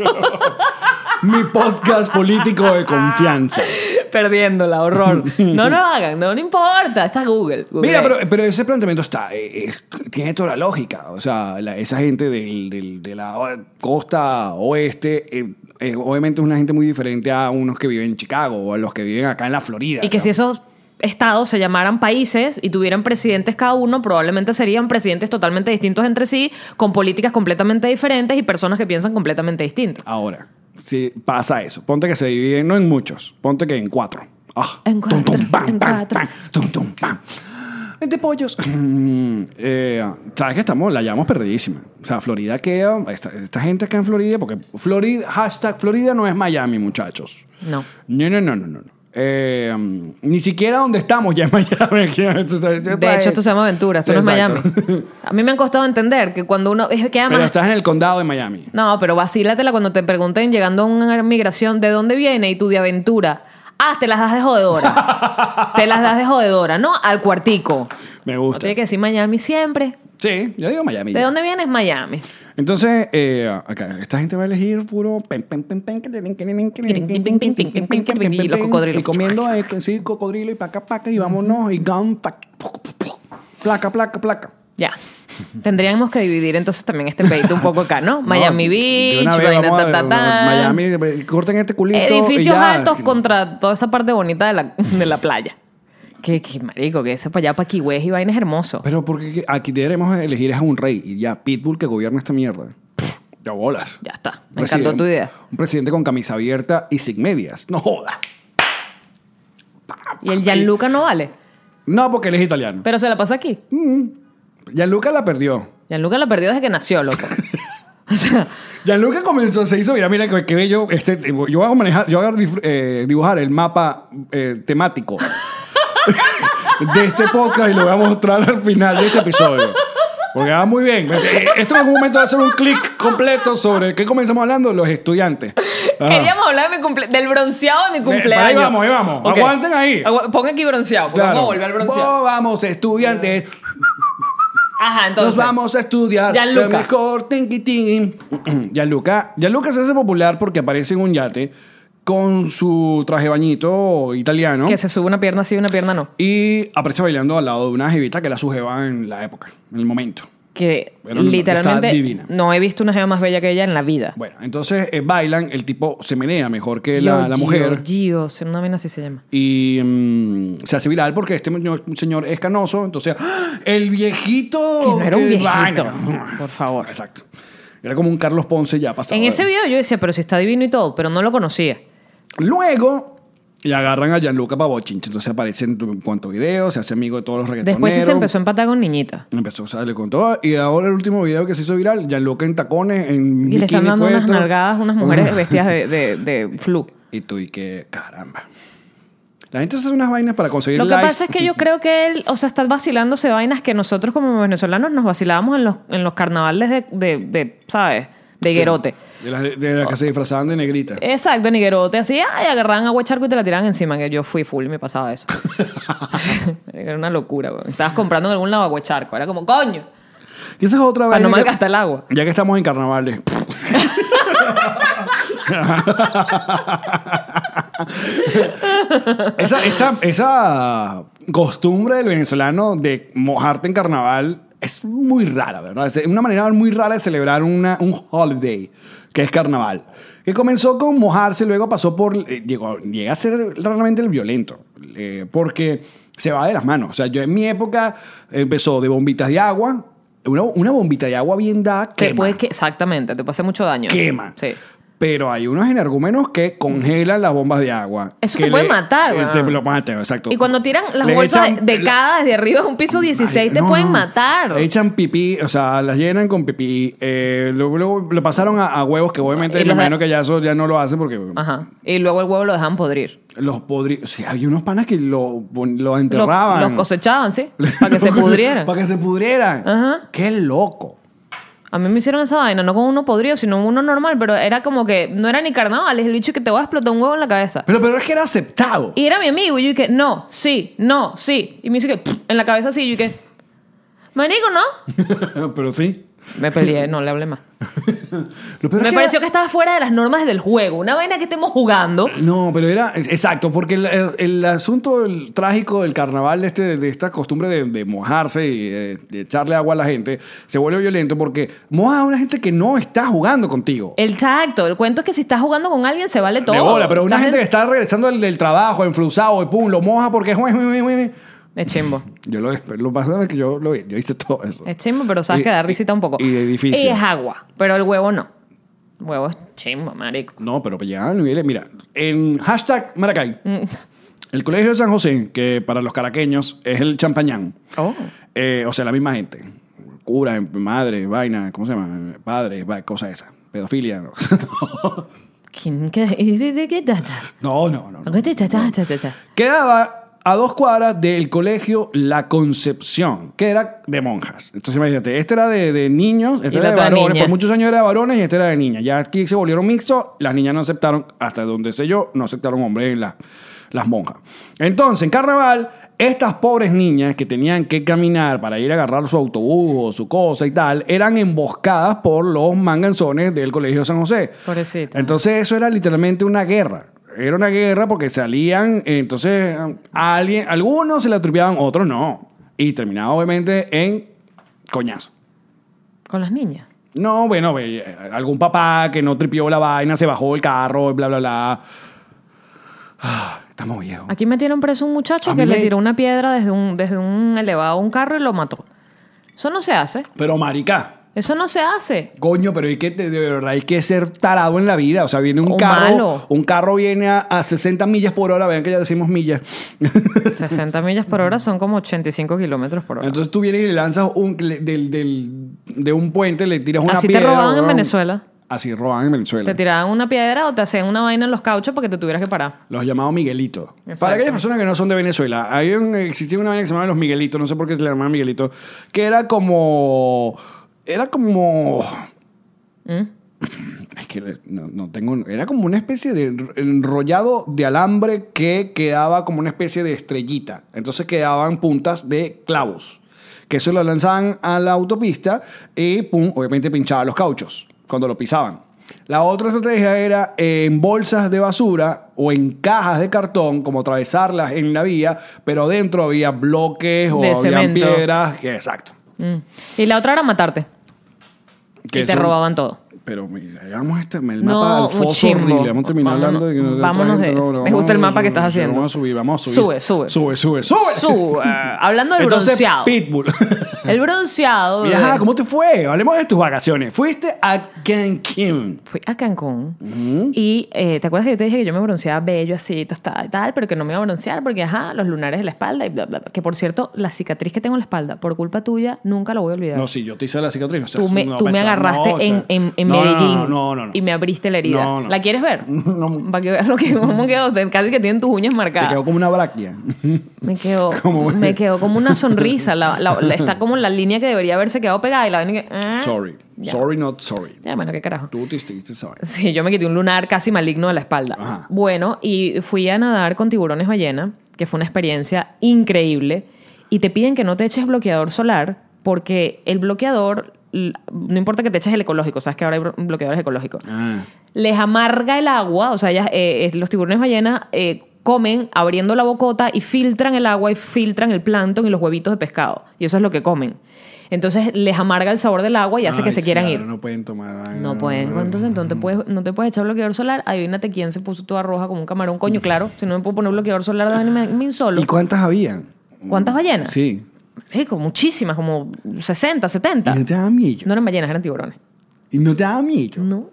[SPEAKER 1] Mi podcast político de confianza.
[SPEAKER 2] Perdiéndola, horror. No, no lo hagan, no, no importa. Está Google. Google.
[SPEAKER 1] Mira, pero, pero ese planteamiento está, eh, es- tiene toda la lógica. O sea, la- esa gente del- del- de la o- costa oeste, eh, eh, obviamente es una gente muy diferente a unos que viven en Chicago o a los que viven acá en la Florida.
[SPEAKER 2] Y que
[SPEAKER 1] ¿no?
[SPEAKER 2] si esos estados se llamaran países y tuvieran presidentes cada uno, probablemente serían presidentes totalmente distintos entre sí, con políticas completamente diferentes y personas que piensan completamente distintas.
[SPEAKER 1] Ahora, si pasa eso, ponte que se dividen, no en muchos, ponte que en cuatro. Ah,
[SPEAKER 2] En cuatro,
[SPEAKER 1] pam,
[SPEAKER 2] en
[SPEAKER 1] pam,
[SPEAKER 2] cuatro.
[SPEAKER 1] pam, tum, tum, pam. Vente pollos. Mm, eh, Sabes que estamos, la llamamos perdidísima. O sea, Florida queda, esta, esta gente acá en Florida, porque Florida, hashtag Florida no es Miami, muchachos.
[SPEAKER 2] No.
[SPEAKER 1] No, no, no, no, no. no. Eh, mm, ni siquiera donde estamos ya es Miami.
[SPEAKER 2] De
[SPEAKER 1] De
[SPEAKER 2] hecho, esto se llama aventura, esto no es Miami. A mí me han costado entender que cuando uno... Es que
[SPEAKER 1] Pero
[SPEAKER 2] además...
[SPEAKER 1] estás en el condado de Miami.
[SPEAKER 2] No, pero vacílatela cuando te pregunten llegando a una migración de dónde viene y tú de aventura. Ah, te las das de jodedora. te las das de jodedora, ¿no? Al cuartico.
[SPEAKER 1] Me
[SPEAKER 2] No
[SPEAKER 1] gusta.
[SPEAKER 2] tiene que decir Miami siempre.
[SPEAKER 1] Sí, yo digo Miami.
[SPEAKER 2] ¿De
[SPEAKER 1] ya.
[SPEAKER 2] dónde vienes? Miami.
[SPEAKER 1] Entonces, eh, acá, esta gente va a elegir puro... pen, pen, pen, pen, que tienen, que tienen, que tienen, que tienen, que tienen, que tienen, que tienen,
[SPEAKER 2] Y los
[SPEAKER 1] que
[SPEAKER 2] cocodrilos.
[SPEAKER 1] Y comiendo, eh, que sí, cocodrilo y paca, paca, y vámonos, y gun, tac, puc, puc, puc. placa, placa, placa.
[SPEAKER 2] Ya. Tendríamos que dividir entonces también este pedito un poco acá, ¿no? Miami
[SPEAKER 1] No, de
[SPEAKER 2] Beach,
[SPEAKER 1] una vez
[SPEAKER 2] vaina,
[SPEAKER 1] vamos a-
[SPEAKER 2] ta, ta, ta.
[SPEAKER 1] Miami, eh, corten este culito y
[SPEAKER 2] Edificios
[SPEAKER 1] ya.
[SPEAKER 2] altos contra toda esa parte bonita de la, de la playa. Qué, qué marico, que ese para allá, para Kiwes y vaina es hermoso.
[SPEAKER 1] Pero porque aquí deberemos elegir es a un rey, y ya, Pitbull que gobierna esta mierda. Pff, Ya bolas.
[SPEAKER 2] Ya está. Me
[SPEAKER 1] Presidente-
[SPEAKER 2] encantó tu idea.
[SPEAKER 1] Un presidente con camisa abierta y sin medias. No joda.
[SPEAKER 2] Y el Gianluca no vale,
[SPEAKER 1] No, porque él es italiano.
[SPEAKER 2] pero se la pasa aquí.
[SPEAKER 1] Mm. Gianluca la perdió.
[SPEAKER 2] Gianluca la perdió desde que nació, loco. O sea,
[SPEAKER 1] Gianluca comenzó, se hizo, mira, mira, qué- qué bello. Este, yo voy a manejar, yo voy a dif- eh, dibujar el mapa eh, temático de este podcast y lo voy a mostrar al final de este episodio. Porque va muy bien. Eh, Esto en algún momento va a ser un clic completo sobre qué comenzamos hablando, los estudiantes. Ajá.
[SPEAKER 2] queríamos hablar de mi cumple- del bronceado de mi cumpleaños.
[SPEAKER 1] Ah. ahí vamos, ahí vamos.
[SPEAKER 2] Ok.
[SPEAKER 1] Aguanten ahí.
[SPEAKER 2] Agua- Ponga aquí bronceado, porque
[SPEAKER 1] Claro.
[SPEAKER 2] vamos a volver al bronceado.
[SPEAKER 1] Vos vamos, estudiantes.
[SPEAKER 2] Ajá, entonces.
[SPEAKER 1] Nos vamos a estudiar.
[SPEAKER 2] Gianluca.
[SPEAKER 1] Lo mejor, tinky, tinky. Gianluca. Gianluca se hace popular porque aparece en un yate con su traje bañito italiano.
[SPEAKER 2] Que se sube una pierna sí y una pierna no.
[SPEAKER 1] Y aparece bailando al lado de una jevita que la sujeva en la época, en el momento.
[SPEAKER 2] que
[SPEAKER 1] Bueno, no,
[SPEAKER 2] literalmente
[SPEAKER 1] está divina.
[SPEAKER 2] no he visto una jeva más bella que ella en la vida.
[SPEAKER 1] Bueno, entonces eh, bailan, el tipo se menea mejor que
[SPEAKER 2] Gio,
[SPEAKER 1] la, la mujer.
[SPEAKER 2] Gio, Gio, se- una vaina así se llama.
[SPEAKER 1] Y mm, se hace viral porque este muño- señor es canoso. Entonces, ¡ah! el viejito.
[SPEAKER 2] Que no era un
[SPEAKER 1] que
[SPEAKER 2] viejito,
[SPEAKER 1] Oh, vaina!
[SPEAKER 2] por favor.
[SPEAKER 1] Exacto. Era como un Carlos Ponce ya pasado.
[SPEAKER 2] En ese video yo decía, pero si está divino y todo, pero no lo conocía.
[SPEAKER 1] Luego, y agarran a Gianluca Pavochinch. Entonces aparecen en cuantos videos, se hace amigo de todos los reggaetoneros.
[SPEAKER 2] Después sí se empezó a empatar con niñita.
[SPEAKER 1] Empezó, sale con todo. Y ahora el último video que se hizo viral, Gianluca en tacones, en
[SPEAKER 2] Y le están
[SPEAKER 1] bikini
[SPEAKER 2] dando unas
[SPEAKER 1] puesto.
[SPEAKER 2] nalgadas unas mujeres
[SPEAKER 1] Una-
[SPEAKER 2] vestidas de, de, de flu.
[SPEAKER 1] Y tú, y que, caramba. La gente hace unas vainas para conseguir
[SPEAKER 2] Lo que
[SPEAKER 1] likes.
[SPEAKER 2] pasa es que yo creo que él, o sea, está vacilándose vainas que nosotros como venezolanos nos vacilábamos en los, en los carnavales de, de, de, ¿sabes? De higuerote.
[SPEAKER 1] De las, de las que se disfrazaban de negrita.
[SPEAKER 2] Exacto, en higuerote. Así, ay, agarraban agua de charco y te la tiraban encima. Que yo fui full y me pasaba eso. Era una locura, güey. Estabas comprando en algún lado agua de charco. Era como, coño,
[SPEAKER 1] Y esa es otra
[SPEAKER 2] para
[SPEAKER 1] vaina
[SPEAKER 2] no
[SPEAKER 1] que-
[SPEAKER 2] malgastar el agua.
[SPEAKER 1] Ya que estamos en carnavales. esa, esa, esa costumbre del venezolano de mojarte en carnaval es muy rara, ¿verdad? Es una manera muy rara de celebrar una- un holiday, que es carnaval. Que comenzó con mojarse, luego pasó por... eh, llegó, llega a ser realmente el violento, eh, porque se va de las manos. O sea, yo en mi época empezó de bombitas de agua, una, una bombita de agua bien dada
[SPEAKER 2] Te
[SPEAKER 1] que
[SPEAKER 2] puede que, exactamente, te puede hacer mucho daño.
[SPEAKER 1] quema.
[SPEAKER 2] Sí.
[SPEAKER 1] Pero hay unos energúmenos que congelan las bombas de agua.
[SPEAKER 2] Eso
[SPEAKER 1] Que
[SPEAKER 2] te puede matar,
[SPEAKER 1] eh, Te
[SPEAKER 2] weón.
[SPEAKER 1] lo matan, exacto.
[SPEAKER 2] Y cuando tiran las
[SPEAKER 1] Le
[SPEAKER 2] bolsas
[SPEAKER 1] echan-
[SPEAKER 2] de, de cada desde arriba es un piso 16, te
[SPEAKER 1] No,
[SPEAKER 2] pueden
[SPEAKER 1] no.
[SPEAKER 2] matar.
[SPEAKER 1] Echan pipí, o sea, las llenan con pipí. Eh, luego, luego lo pasaron a, a huevos, que obviamente
[SPEAKER 2] Y
[SPEAKER 1] me
[SPEAKER 2] los de- Ah.
[SPEAKER 1] imagino que ya eso ya no lo hacen porque
[SPEAKER 2] Ajá. Y luego el huevo lo dejan podrir.
[SPEAKER 1] los podridos. Sí, había unos panas que lo, pon- lo
[SPEAKER 2] Los,
[SPEAKER 1] enterraban.
[SPEAKER 2] los cosechaban, sí. Para que se pudrieran.
[SPEAKER 1] Para que se pudrieran.
[SPEAKER 2] Ajá.
[SPEAKER 1] Qué loco.
[SPEAKER 2] A mí me hicieron esa vaina, no con uno podrido, sino uno normal, pero era como que no era ni carnaval, es el bicho que te va a explotar un huevo en la cabeza.
[SPEAKER 1] Pero, pero es que era aceptado.
[SPEAKER 2] Y era mi amigo, y yo dije, no, sí, no, sí. Y me dice que "Pff", en la cabeza sí, y yo dije, manico, ¿no?
[SPEAKER 1] pero sí.
[SPEAKER 2] Me peleé, no le hablé más.
[SPEAKER 1] Lo peor es
[SPEAKER 2] me
[SPEAKER 1] que era-
[SPEAKER 2] pareció que estaba fuera de las normas del juego, una vaina que estemos jugando.
[SPEAKER 1] No, pero era. es- Exacto, porque el, el- el asunto el trágico del carnaval, de, este, de esta costumbre de, de mojarse y eh, de echarle agua a la gente, se vuelve violento porque moja a una gente que no está jugando contigo.
[SPEAKER 2] Exacto, el cuento es que si estás jugando con alguien se vale todo.
[SPEAKER 1] De bola, pero una
[SPEAKER 2] Estás
[SPEAKER 1] gente que
[SPEAKER 2] en-
[SPEAKER 1] está regresando del, del trabajo, enflusado, y pum, lo moja porque es.
[SPEAKER 2] Es chimbo.
[SPEAKER 1] Yo lo, lo pasado es que yo, lo, yo hice todo eso.
[SPEAKER 2] Es chimbo, pero sabes
[SPEAKER 1] Y-
[SPEAKER 2] que da
[SPEAKER 1] y-
[SPEAKER 2] risita un poco.
[SPEAKER 1] y de difícil.
[SPEAKER 2] Y es agua, pero el huevo no. El huevo es chimbo, marico.
[SPEAKER 1] No, pero pues llegaban a niveles. Mira, en hashtag Maracay, el Colegio de San José, que para los caraqueños es el champañán.
[SPEAKER 2] Oh.
[SPEAKER 1] Eh, o sea, la misma gente. Cura, madre, vaina, ¿cómo se llama? Padre, va- cosa esa. Pedofilia. No,
[SPEAKER 2] ¿Quién qué?
[SPEAKER 1] no, no. no, no. Quedaba a dos cuadras del colegio La Concepción, que era de monjas. Entonces, imagínate, este era de, de niños, este
[SPEAKER 2] Y
[SPEAKER 1] era de
[SPEAKER 2] la otra
[SPEAKER 1] varones.
[SPEAKER 2] niña.
[SPEAKER 1] Por muchos años era de varones y este era de niñas. Ya aquí se volvieron mixtos, las niñas no aceptaron, hasta donde sé yo, no aceptaron hombres en las, las monjas. Entonces, en carnaval, estas pobres niñas que tenían que caminar para ir a agarrar su autobús o su cosa y tal, eran emboscadas por los manganzones del colegio de San José.
[SPEAKER 2] Pobrecita.
[SPEAKER 1] Entonces eso era literalmente una guerra. Era una guerra porque salían, eh, entonces a alguien, algunos se la atribuían, otros no. Y terminaba obviamente en coñazo.
[SPEAKER 2] Con las niñas.
[SPEAKER 1] No, bueno, ve, eh, algún papá que no tripió la vaina, se bajó del carro, bla, bla, bla. Ah, Estamos viejos.
[SPEAKER 2] Aquí metieron preso un muchacho
[SPEAKER 1] A
[SPEAKER 2] que
[SPEAKER 1] mí
[SPEAKER 2] le
[SPEAKER 1] me-
[SPEAKER 2] tiró una piedra desde un, desde un elevado a un carro y lo mató. Eso no se hace.
[SPEAKER 1] Pero marica,
[SPEAKER 2] Eso no se hace.
[SPEAKER 1] Coño, pero hay que, de de verdad hay que ser tarado en la vida. O sea, viene un
[SPEAKER 2] O
[SPEAKER 1] carro.
[SPEAKER 2] malo.
[SPEAKER 1] Un carro viene a, a 60 millas por hora. Vean que ya decimos millas.
[SPEAKER 2] 60 millas por hora son como 85 kilómetros por hora.
[SPEAKER 1] Entonces tú vienes y le lanzas un, le- del, del- de un puente, le tiras una
[SPEAKER 2] Así te
[SPEAKER 1] piedra.
[SPEAKER 2] robaban en
[SPEAKER 1] weón.
[SPEAKER 2] Venezuela.
[SPEAKER 1] Así robaban en Venezuela.
[SPEAKER 2] te tiraban una piedra o te hacían una vaina en los cauchos para que te tuvieras que parar.
[SPEAKER 1] Los llamados Miguelitos.
[SPEAKER 2] Exacto.
[SPEAKER 1] Para aquellas personas que no son de Venezuela, hay un- existía una vaina que se llamaba Los Miguelitos, no sé por qué se le llamaban Miguelitos, que era como. Era como. Es que no, no tengo. Era como una especie de enrollado de alambre que quedaba como una especie de estrellita. Entonces quedaban puntas de clavos. Que eso lo lanzaban a la autopista y, pum, obviamente pinchaba los cauchos cuando lo pisaban. La otra estrategia era eh, en bolsas de basura o en cajas de cartón, como atravesarlas en la vía, pero dentro había bloques o
[SPEAKER 2] De
[SPEAKER 1] había
[SPEAKER 2] cemento.
[SPEAKER 1] piedras. que- exacto.
[SPEAKER 2] Mm. Y la otra era matarte. y te
[SPEAKER 1] eso-
[SPEAKER 2] robaban todo.
[SPEAKER 1] Pero mira, llegamos a este, el
[SPEAKER 2] No,
[SPEAKER 1] mapa del
[SPEAKER 2] muy
[SPEAKER 1] foso
[SPEAKER 2] chimbo.
[SPEAKER 1] horrible. Vamos a terminar
[SPEAKER 2] Vámonos-
[SPEAKER 1] hablando de que no- de otra
[SPEAKER 2] vámonos
[SPEAKER 1] gente,
[SPEAKER 2] de-
[SPEAKER 1] no, no,
[SPEAKER 2] me
[SPEAKER 1] vamos
[SPEAKER 2] gusta el
[SPEAKER 1] a
[SPEAKER 2] mapa que
[SPEAKER 1] subir,
[SPEAKER 2] estás haciendo.
[SPEAKER 1] Vamos a subir, vamos a subir.
[SPEAKER 2] Sube, sube.
[SPEAKER 1] Sube, sube, sube.
[SPEAKER 2] Su- eh, hablando del
[SPEAKER 1] Entonces,
[SPEAKER 2] bronceado.
[SPEAKER 1] Pitbull.
[SPEAKER 2] El bronceado.
[SPEAKER 1] Mira,
[SPEAKER 2] bebé.
[SPEAKER 1] ajá, ¿cómo te fue? Hablemos de tus vacaciones. Fuiste a Cancún.
[SPEAKER 2] Fui a Cancún y eh, ¿te acuerdas que yo te dije que yo me bronceaba bello así, tostada y tal, pero que no me iba a broncear porque, ajá, los lunares de la espalda y bla, bla, bla? Que por cierto, la cicatriz que tengo en la espalda, por culpa tuya, nunca la voy a olvidar.
[SPEAKER 1] No, sí, yo te hice la cicatriz. o sea,
[SPEAKER 2] tú me,
[SPEAKER 1] no,
[SPEAKER 2] tú me
[SPEAKER 1] maestra,
[SPEAKER 2] agarraste
[SPEAKER 1] no, o sea,
[SPEAKER 2] en, en- en
[SPEAKER 1] no, no, no,
[SPEAKER 2] Medellín
[SPEAKER 1] No, no, no. no.
[SPEAKER 2] y me abriste la herida.
[SPEAKER 1] No, no.
[SPEAKER 2] ¿La quieres ver?
[SPEAKER 1] No.
[SPEAKER 2] Para que veas lo que cómo quedó. Casi que tienen tus uñas
[SPEAKER 1] Te
[SPEAKER 2] marcadas.
[SPEAKER 1] quedó como una braquia.
[SPEAKER 2] Me quedó,
[SPEAKER 1] Como-
[SPEAKER 2] me quedó como una sonrisa. La- la- la- está como la línea que debería haberse quedado pegada y la vaina que. ah.
[SPEAKER 1] sorry.
[SPEAKER 2] Ya.
[SPEAKER 1] Sorry, not sorry.
[SPEAKER 2] Ya, bueno, qué carajo.
[SPEAKER 1] Tú te hiciste sorry.
[SPEAKER 2] Sí, yo me quité un lunar casi maligno de la espalda.
[SPEAKER 1] Ajá.
[SPEAKER 2] Bueno, y fui a nadar con tiburones ballena, que fue una experiencia increíble. Y te piden que no te eches bloqueador solar, porque el bloqueador, l- no importa que te eches el ecológico, sabes que ahora hay bro- bloqueadores ecológicos.
[SPEAKER 1] Ah.
[SPEAKER 2] Les amarga el agua, o sea, ellas, eh, eh, los tiburones ballena eh, comen abriendo la bocota y filtran el agua y filtran el plancton y los huevitos de pescado. Y eso es lo que comen. Entonces les amarga el sabor del agua y hace
[SPEAKER 1] Ah.
[SPEAKER 2] que
[SPEAKER 1] Ay,
[SPEAKER 2] se
[SPEAKER 1] sí,
[SPEAKER 2] quieran
[SPEAKER 1] ahora
[SPEAKER 2] ir.
[SPEAKER 1] No pueden tomar. ay,
[SPEAKER 2] No pueden. Entonces, entonces puedes, no te puedes echar bloqueador solar. Adivínate quién se puso toda roja como un camarón. Coño, claro. Si no me puedo poner bloqueador solar, Dani, me, me insolo.
[SPEAKER 1] Ah, ¿Y cuántas habían?
[SPEAKER 2] ¿Cuántas ballenas?
[SPEAKER 1] Sí.
[SPEAKER 2] Rico, muchísimas, como 60,
[SPEAKER 1] Y
[SPEAKER 2] 70.
[SPEAKER 1] no te daba miedo.
[SPEAKER 2] No eran ballenas, eran tiburones.
[SPEAKER 1] Y no te daba miedo.
[SPEAKER 2] No.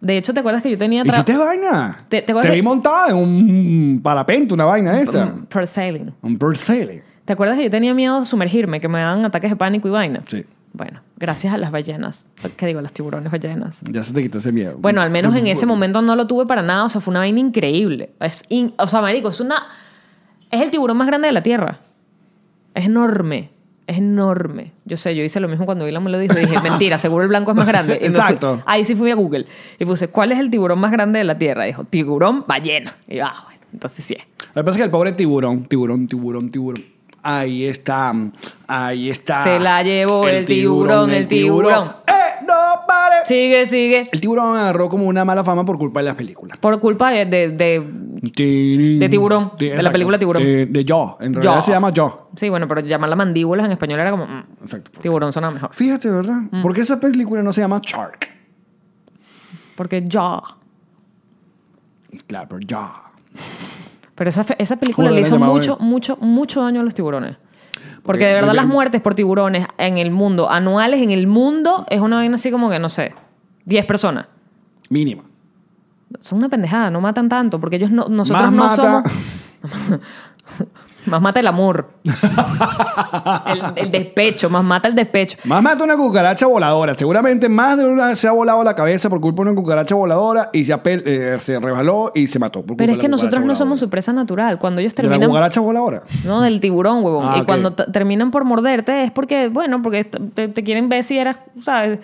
[SPEAKER 2] De hecho, ¿te acuerdas que yo tenía... tra-
[SPEAKER 1] ¿Hiciste vaina?
[SPEAKER 2] Te- te
[SPEAKER 1] Te,
[SPEAKER 2] voy a
[SPEAKER 1] vi
[SPEAKER 2] re-
[SPEAKER 1] montada en un parapente, una vaina de esta.
[SPEAKER 2] Mm, per sailing.
[SPEAKER 1] Un bird sailing.
[SPEAKER 2] ¿Te acuerdas que yo tenía miedo de sumergirme, que me daban ataques de pánico y vaina?
[SPEAKER 1] Sí.
[SPEAKER 2] Bueno, gracias a las ballenas. ¿Qué digo? A los tiburones ballenas.
[SPEAKER 1] Ya se te quitó ese miedo.
[SPEAKER 2] Bueno, al menos en ese momento no lo tuve para nada. O sea, fue una vaina increíble. Es in- o sea, marico, es una... Es el tiburón más grande de la Tierra. Es enorme. Es enorme. Yo sé, yo hice lo mismo cuando Dylan me lo dijo. Dije, mentira, seguro el blanco es más grande. Y me fui-
[SPEAKER 1] Exacto.
[SPEAKER 2] ahí sí fui a Google. Y puse, ¿cuál es el tiburón más grande de la Tierra? Dijo, tiburón ballena. Y yo, ah, bueno, entonces sí es.
[SPEAKER 1] Lo que pasa es que el pobre tiburón, tiburón, tiburón, tiburón. Ahí está, ahí está.
[SPEAKER 2] Se la llevó el tiburón, el tiburón.
[SPEAKER 1] ¡Eh, no pare!
[SPEAKER 2] Sigue, sigue.
[SPEAKER 1] El tiburón agarró como una mala fama por culpa de las películas.
[SPEAKER 2] Por culpa de... de- de-
[SPEAKER 1] De
[SPEAKER 2] tiburón, de la película Tiburón.
[SPEAKER 1] De, Eh, de Yo. En realidad
[SPEAKER 2] Yo.
[SPEAKER 1] se llama Yo.
[SPEAKER 2] Sí, bueno, pero llamarla mandíbulas en español era como... mm,
[SPEAKER 1] Exacto.
[SPEAKER 2] tiburón suena mejor.
[SPEAKER 1] Fíjate, ¿verdad?
[SPEAKER 2] Mm.
[SPEAKER 1] ¿Por qué esa película no se llama Shark?
[SPEAKER 2] Porque ya...
[SPEAKER 1] Claro, pero Yo.
[SPEAKER 2] Pero esa, fe- esa película
[SPEAKER 1] Joder,
[SPEAKER 2] le
[SPEAKER 1] la
[SPEAKER 2] hizo
[SPEAKER 1] llamaba
[SPEAKER 2] mucho,
[SPEAKER 1] bien.
[SPEAKER 2] mucho, mucho daño a los tiburones. Porque
[SPEAKER 1] Porque
[SPEAKER 2] de verdad
[SPEAKER 1] viven-
[SPEAKER 2] las muertes por tiburones en el mundo, anuales en el mundo, es una vaina así como que, no sé, 10 personas.
[SPEAKER 1] Mínima.
[SPEAKER 2] Son una pendejada, no matan tanto, porque ellos no, nosotros
[SPEAKER 1] Más
[SPEAKER 2] no
[SPEAKER 1] mata-
[SPEAKER 2] somos... más mata el amor. el, el despecho, más mata el despecho.
[SPEAKER 1] Más mata una cucaracha voladora. Seguramente más de una se ha volado la cabeza por culpa de una cucaracha voladora y se, apel- eh, se rebaló y se mató. por culpa
[SPEAKER 2] Pero
[SPEAKER 1] de
[SPEAKER 2] es
[SPEAKER 1] la
[SPEAKER 2] que nosotros
[SPEAKER 1] cucaracha
[SPEAKER 2] no
[SPEAKER 1] voladora.
[SPEAKER 2] somos su presa natural. Cuando ellos
[SPEAKER 1] ¿De la
[SPEAKER 2] terminan...
[SPEAKER 1] cucaracha voladora?
[SPEAKER 2] No, del tiburón, huevón.
[SPEAKER 1] Ah,
[SPEAKER 2] y
[SPEAKER 1] ok.
[SPEAKER 2] cuando t- terminan por morderte es porque, bueno, porque est- te, te quieren ver si eras, ¿sabes?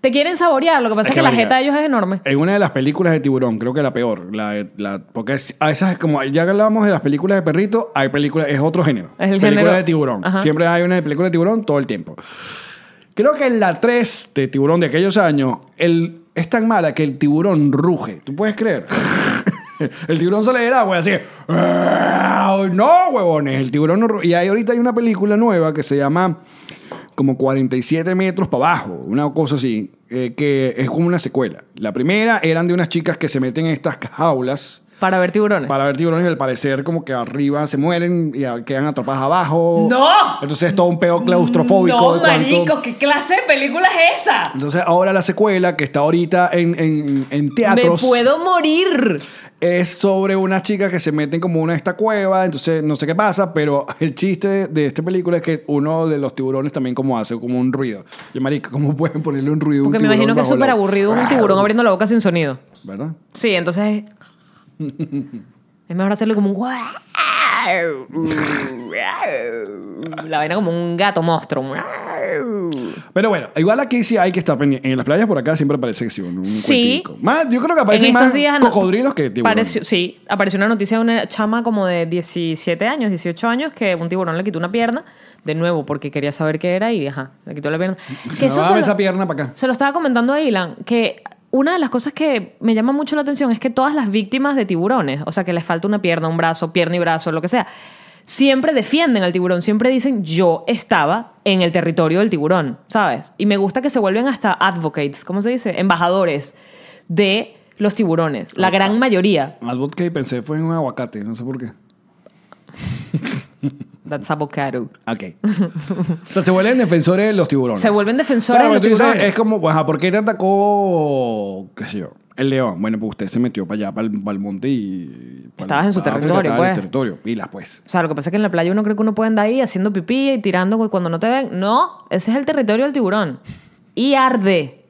[SPEAKER 2] Te quieren saborear. Lo que pasa es,
[SPEAKER 1] Es
[SPEAKER 2] que,
[SPEAKER 1] que,
[SPEAKER 2] la
[SPEAKER 1] marica,
[SPEAKER 2] jeta de ellos es enorme.
[SPEAKER 1] En una de las películas de tiburón, creo que la peor. La, de- la- porque es- a esas, como ya hablábamos de las películas de perrito, hay películas, es otro género.
[SPEAKER 2] Es el
[SPEAKER 1] película
[SPEAKER 2] género.
[SPEAKER 1] de tiburón.
[SPEAKER 2] Ajá.
[SPEAKER 1] Siempre hay una de película de tiburón todo el tiempo. Creo que en la 3 de tiburón de aquellos años, el, es tan mala que el tiburón ruge. ¿Tú puedes creer? el tiburón sale del agua y así. "Au, No, huevones. El tiburón no ruge. Y ahí ahorita hay una película nueva que se llama como 47 metros para abajo, una cosa así, eh, que es como una secuela. La primera eran de unas chicas que se meten en estas jaulas
[SPEAKER 2] Para ver tiburones.
[SPEAKER 1] para ver tiburones, y al parecer como que arriba se mueren y a- quedan atrapadas abajo.
[SPEAKER 2] ¡No!
[SPEAKER 1] Entonces es todo un peo claustrofóbico. de cuánto-
[SPEAKER 2] ¿qué clase de película es esa?
[SPEAKER 1] Entonces ahora la secuela, que está ahorita en, en, en teatros,
[SPEAKER 2] Me puedo morir.
[SPEAKER 1] es sobre unas chicas que se meten como una de esta cueva, entonces no sé qué pasa, pero el chiste de esta película es que uno de los tiburones también como hace como un ruido. Y marica, ¿cómo pueden ponerle un ruido a un
[SPEAKER 2] Porque me
[SPEAKER 1] tiburón
[SPEAKER 2] imagino que es
[SPEAKER 1] bajo el
[SPEAKER 2] súper
[SPEAKER 1] agua? Ah,
[SPEAKER 2] aburrido un tiburón abriendo la boca sin sonido.
[SPEAKER 1] ¿Verdad?
[SPEAKER 2] Sí, entonces. es mejor hacerlo como un. guau, guau. La vaina como un gato monstruo.
[SPEAKER 1] Pero bueno, igual aquí sí hay que estar pendiente. En las playas por acá siempre aparece que sí, un, un
[SPEAKER 2] Sí.
[SPEAKER 1] cuentico. Más, yo creo que
[SPEAKER 2] En
[SPEAKER 1] aparecen
[SPEAKER 2] estos
[SPEAKER 1] más
[SPEAKER 2] días. no-
[SPEAKER 1] cocodrilos que tiburones.
[SPEAKER 2] pareció- sí, apareció una noticia de una chama como de 17 años, 18 años, que un tiburón le quitó una pierna. De nuevo, porque quería saber qué era y ajá, le quitó la pierna.
[SPEAKER 1] Se me va a ver esa pierna para acá.
[SPEAKER 2] Se lo estaba comentando a Ilan, que una de las cosas que me llama mucho la atención es que todas las víctimas de tiburones, o sea, que les falta una pierna, un brazo, pierna y brazo, lo que sea, siempre defienden al tiburón, siempre dicen, yo estaba en el territorio del tiburón, ¿sabes? Y me gusta que se vuelven hasta advocates, ¿cómo se dice? Embajadores de los tiburones, la gran mayoría.
[SPEAKER 1] Al vodka y pensé fue en un aguacate, no sé por qué.
[SPEAKER 2] That's avocado.
[SPEAKER 1] Ok. o sea, se vuelven defensores de los tiburones.
[SPEAKER 2] Se vuelven defensores
[SPEAKER 1] Claro,
[SPEAKER 2] de los
[SPEAKER 1] pero tú dices,
[SPEAKER 2] tiburones.
[SPEAKER 1] es como, ajá, ¿por qué te atacó, qué sé yo, el león? Bueno, pues usted se metió para allá, para el, para el monte y... para-
[SPEAKER 2] Estabas en su
[SPEAKER 1] para África,
[SPEAKER 2] territorio,
[SPEAKER 1] estaba en el
[SPEAKER 2] pues.
[SPEAKER 1] territorio, pilas, pues.
[SPEAKER 2] O sea, lo que pasa es que en la playa uno cree que uno puede andar ahí haciendo pipí y tirando cu- cuando no te ven. No, ese es el territorio del tiburón. Y arde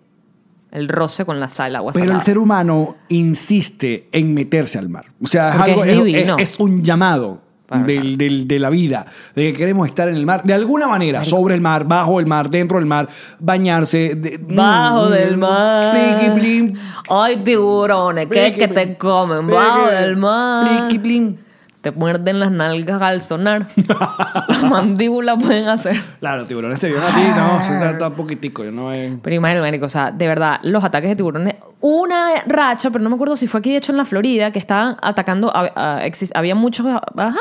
[SPEAKER 2] el roce con la sal, el agua
[SPEAKER 1] Pero
[SPEAKER 2] salada.
[SPEAKER 1] el ser humano insiste en meterse al mar. O sea, es,
[SPEAKER 2] Porque
[SPEAKER 1] algo-
[SPEAKER 2] es
[SPEAKER 1] es-
[SPEAKER 2] divino.
[SPEAKER 1] es- es un llamado
[SPEAKER 2] Claro,
[SPEAKER 1] del-
[SPEAKER 2] claro.
[SPEAKER 1] del- de la vida, de que queremos estar en el mar, de alguna manera, sobre el mar, bajo el mar, dentro del mar, bañarse. de-
[SPEAKER 2] Bajo
[SPEAKER 1] Mm,
[SPEAKER 2] del mar.
[SPEAKER 1] pliqui, plim,
[SPEAKER 2] Ay, tiburones, ¿qué es
[SPEAKER 1] pliqui,
[SPEAKER 2] que
[SPEAKER 1] plim,
[SPEAKER 2] te comen?
[SPEAKER 1] pliqui,
[SPEAKER 2] Bajo del mar.
[SPEAKER 1] pliqui, plim.
[SPEAKER 2] Te muerden las nalgas al sonar. la mandíbula pueden hacer.
[SPEAKER 1] Claro, los tiburones te vieron a ti, no, eso está, está poquitico, yo no es...
[SPEAKER 2] Pero imagínate, marico, o sea, de verdad, los ataques de tiburones. Una racha, pero no me acuerdo si fue aquí, de hecho, en la Florida, que estaban atacando. a- a- exis- había muchos. Ajá.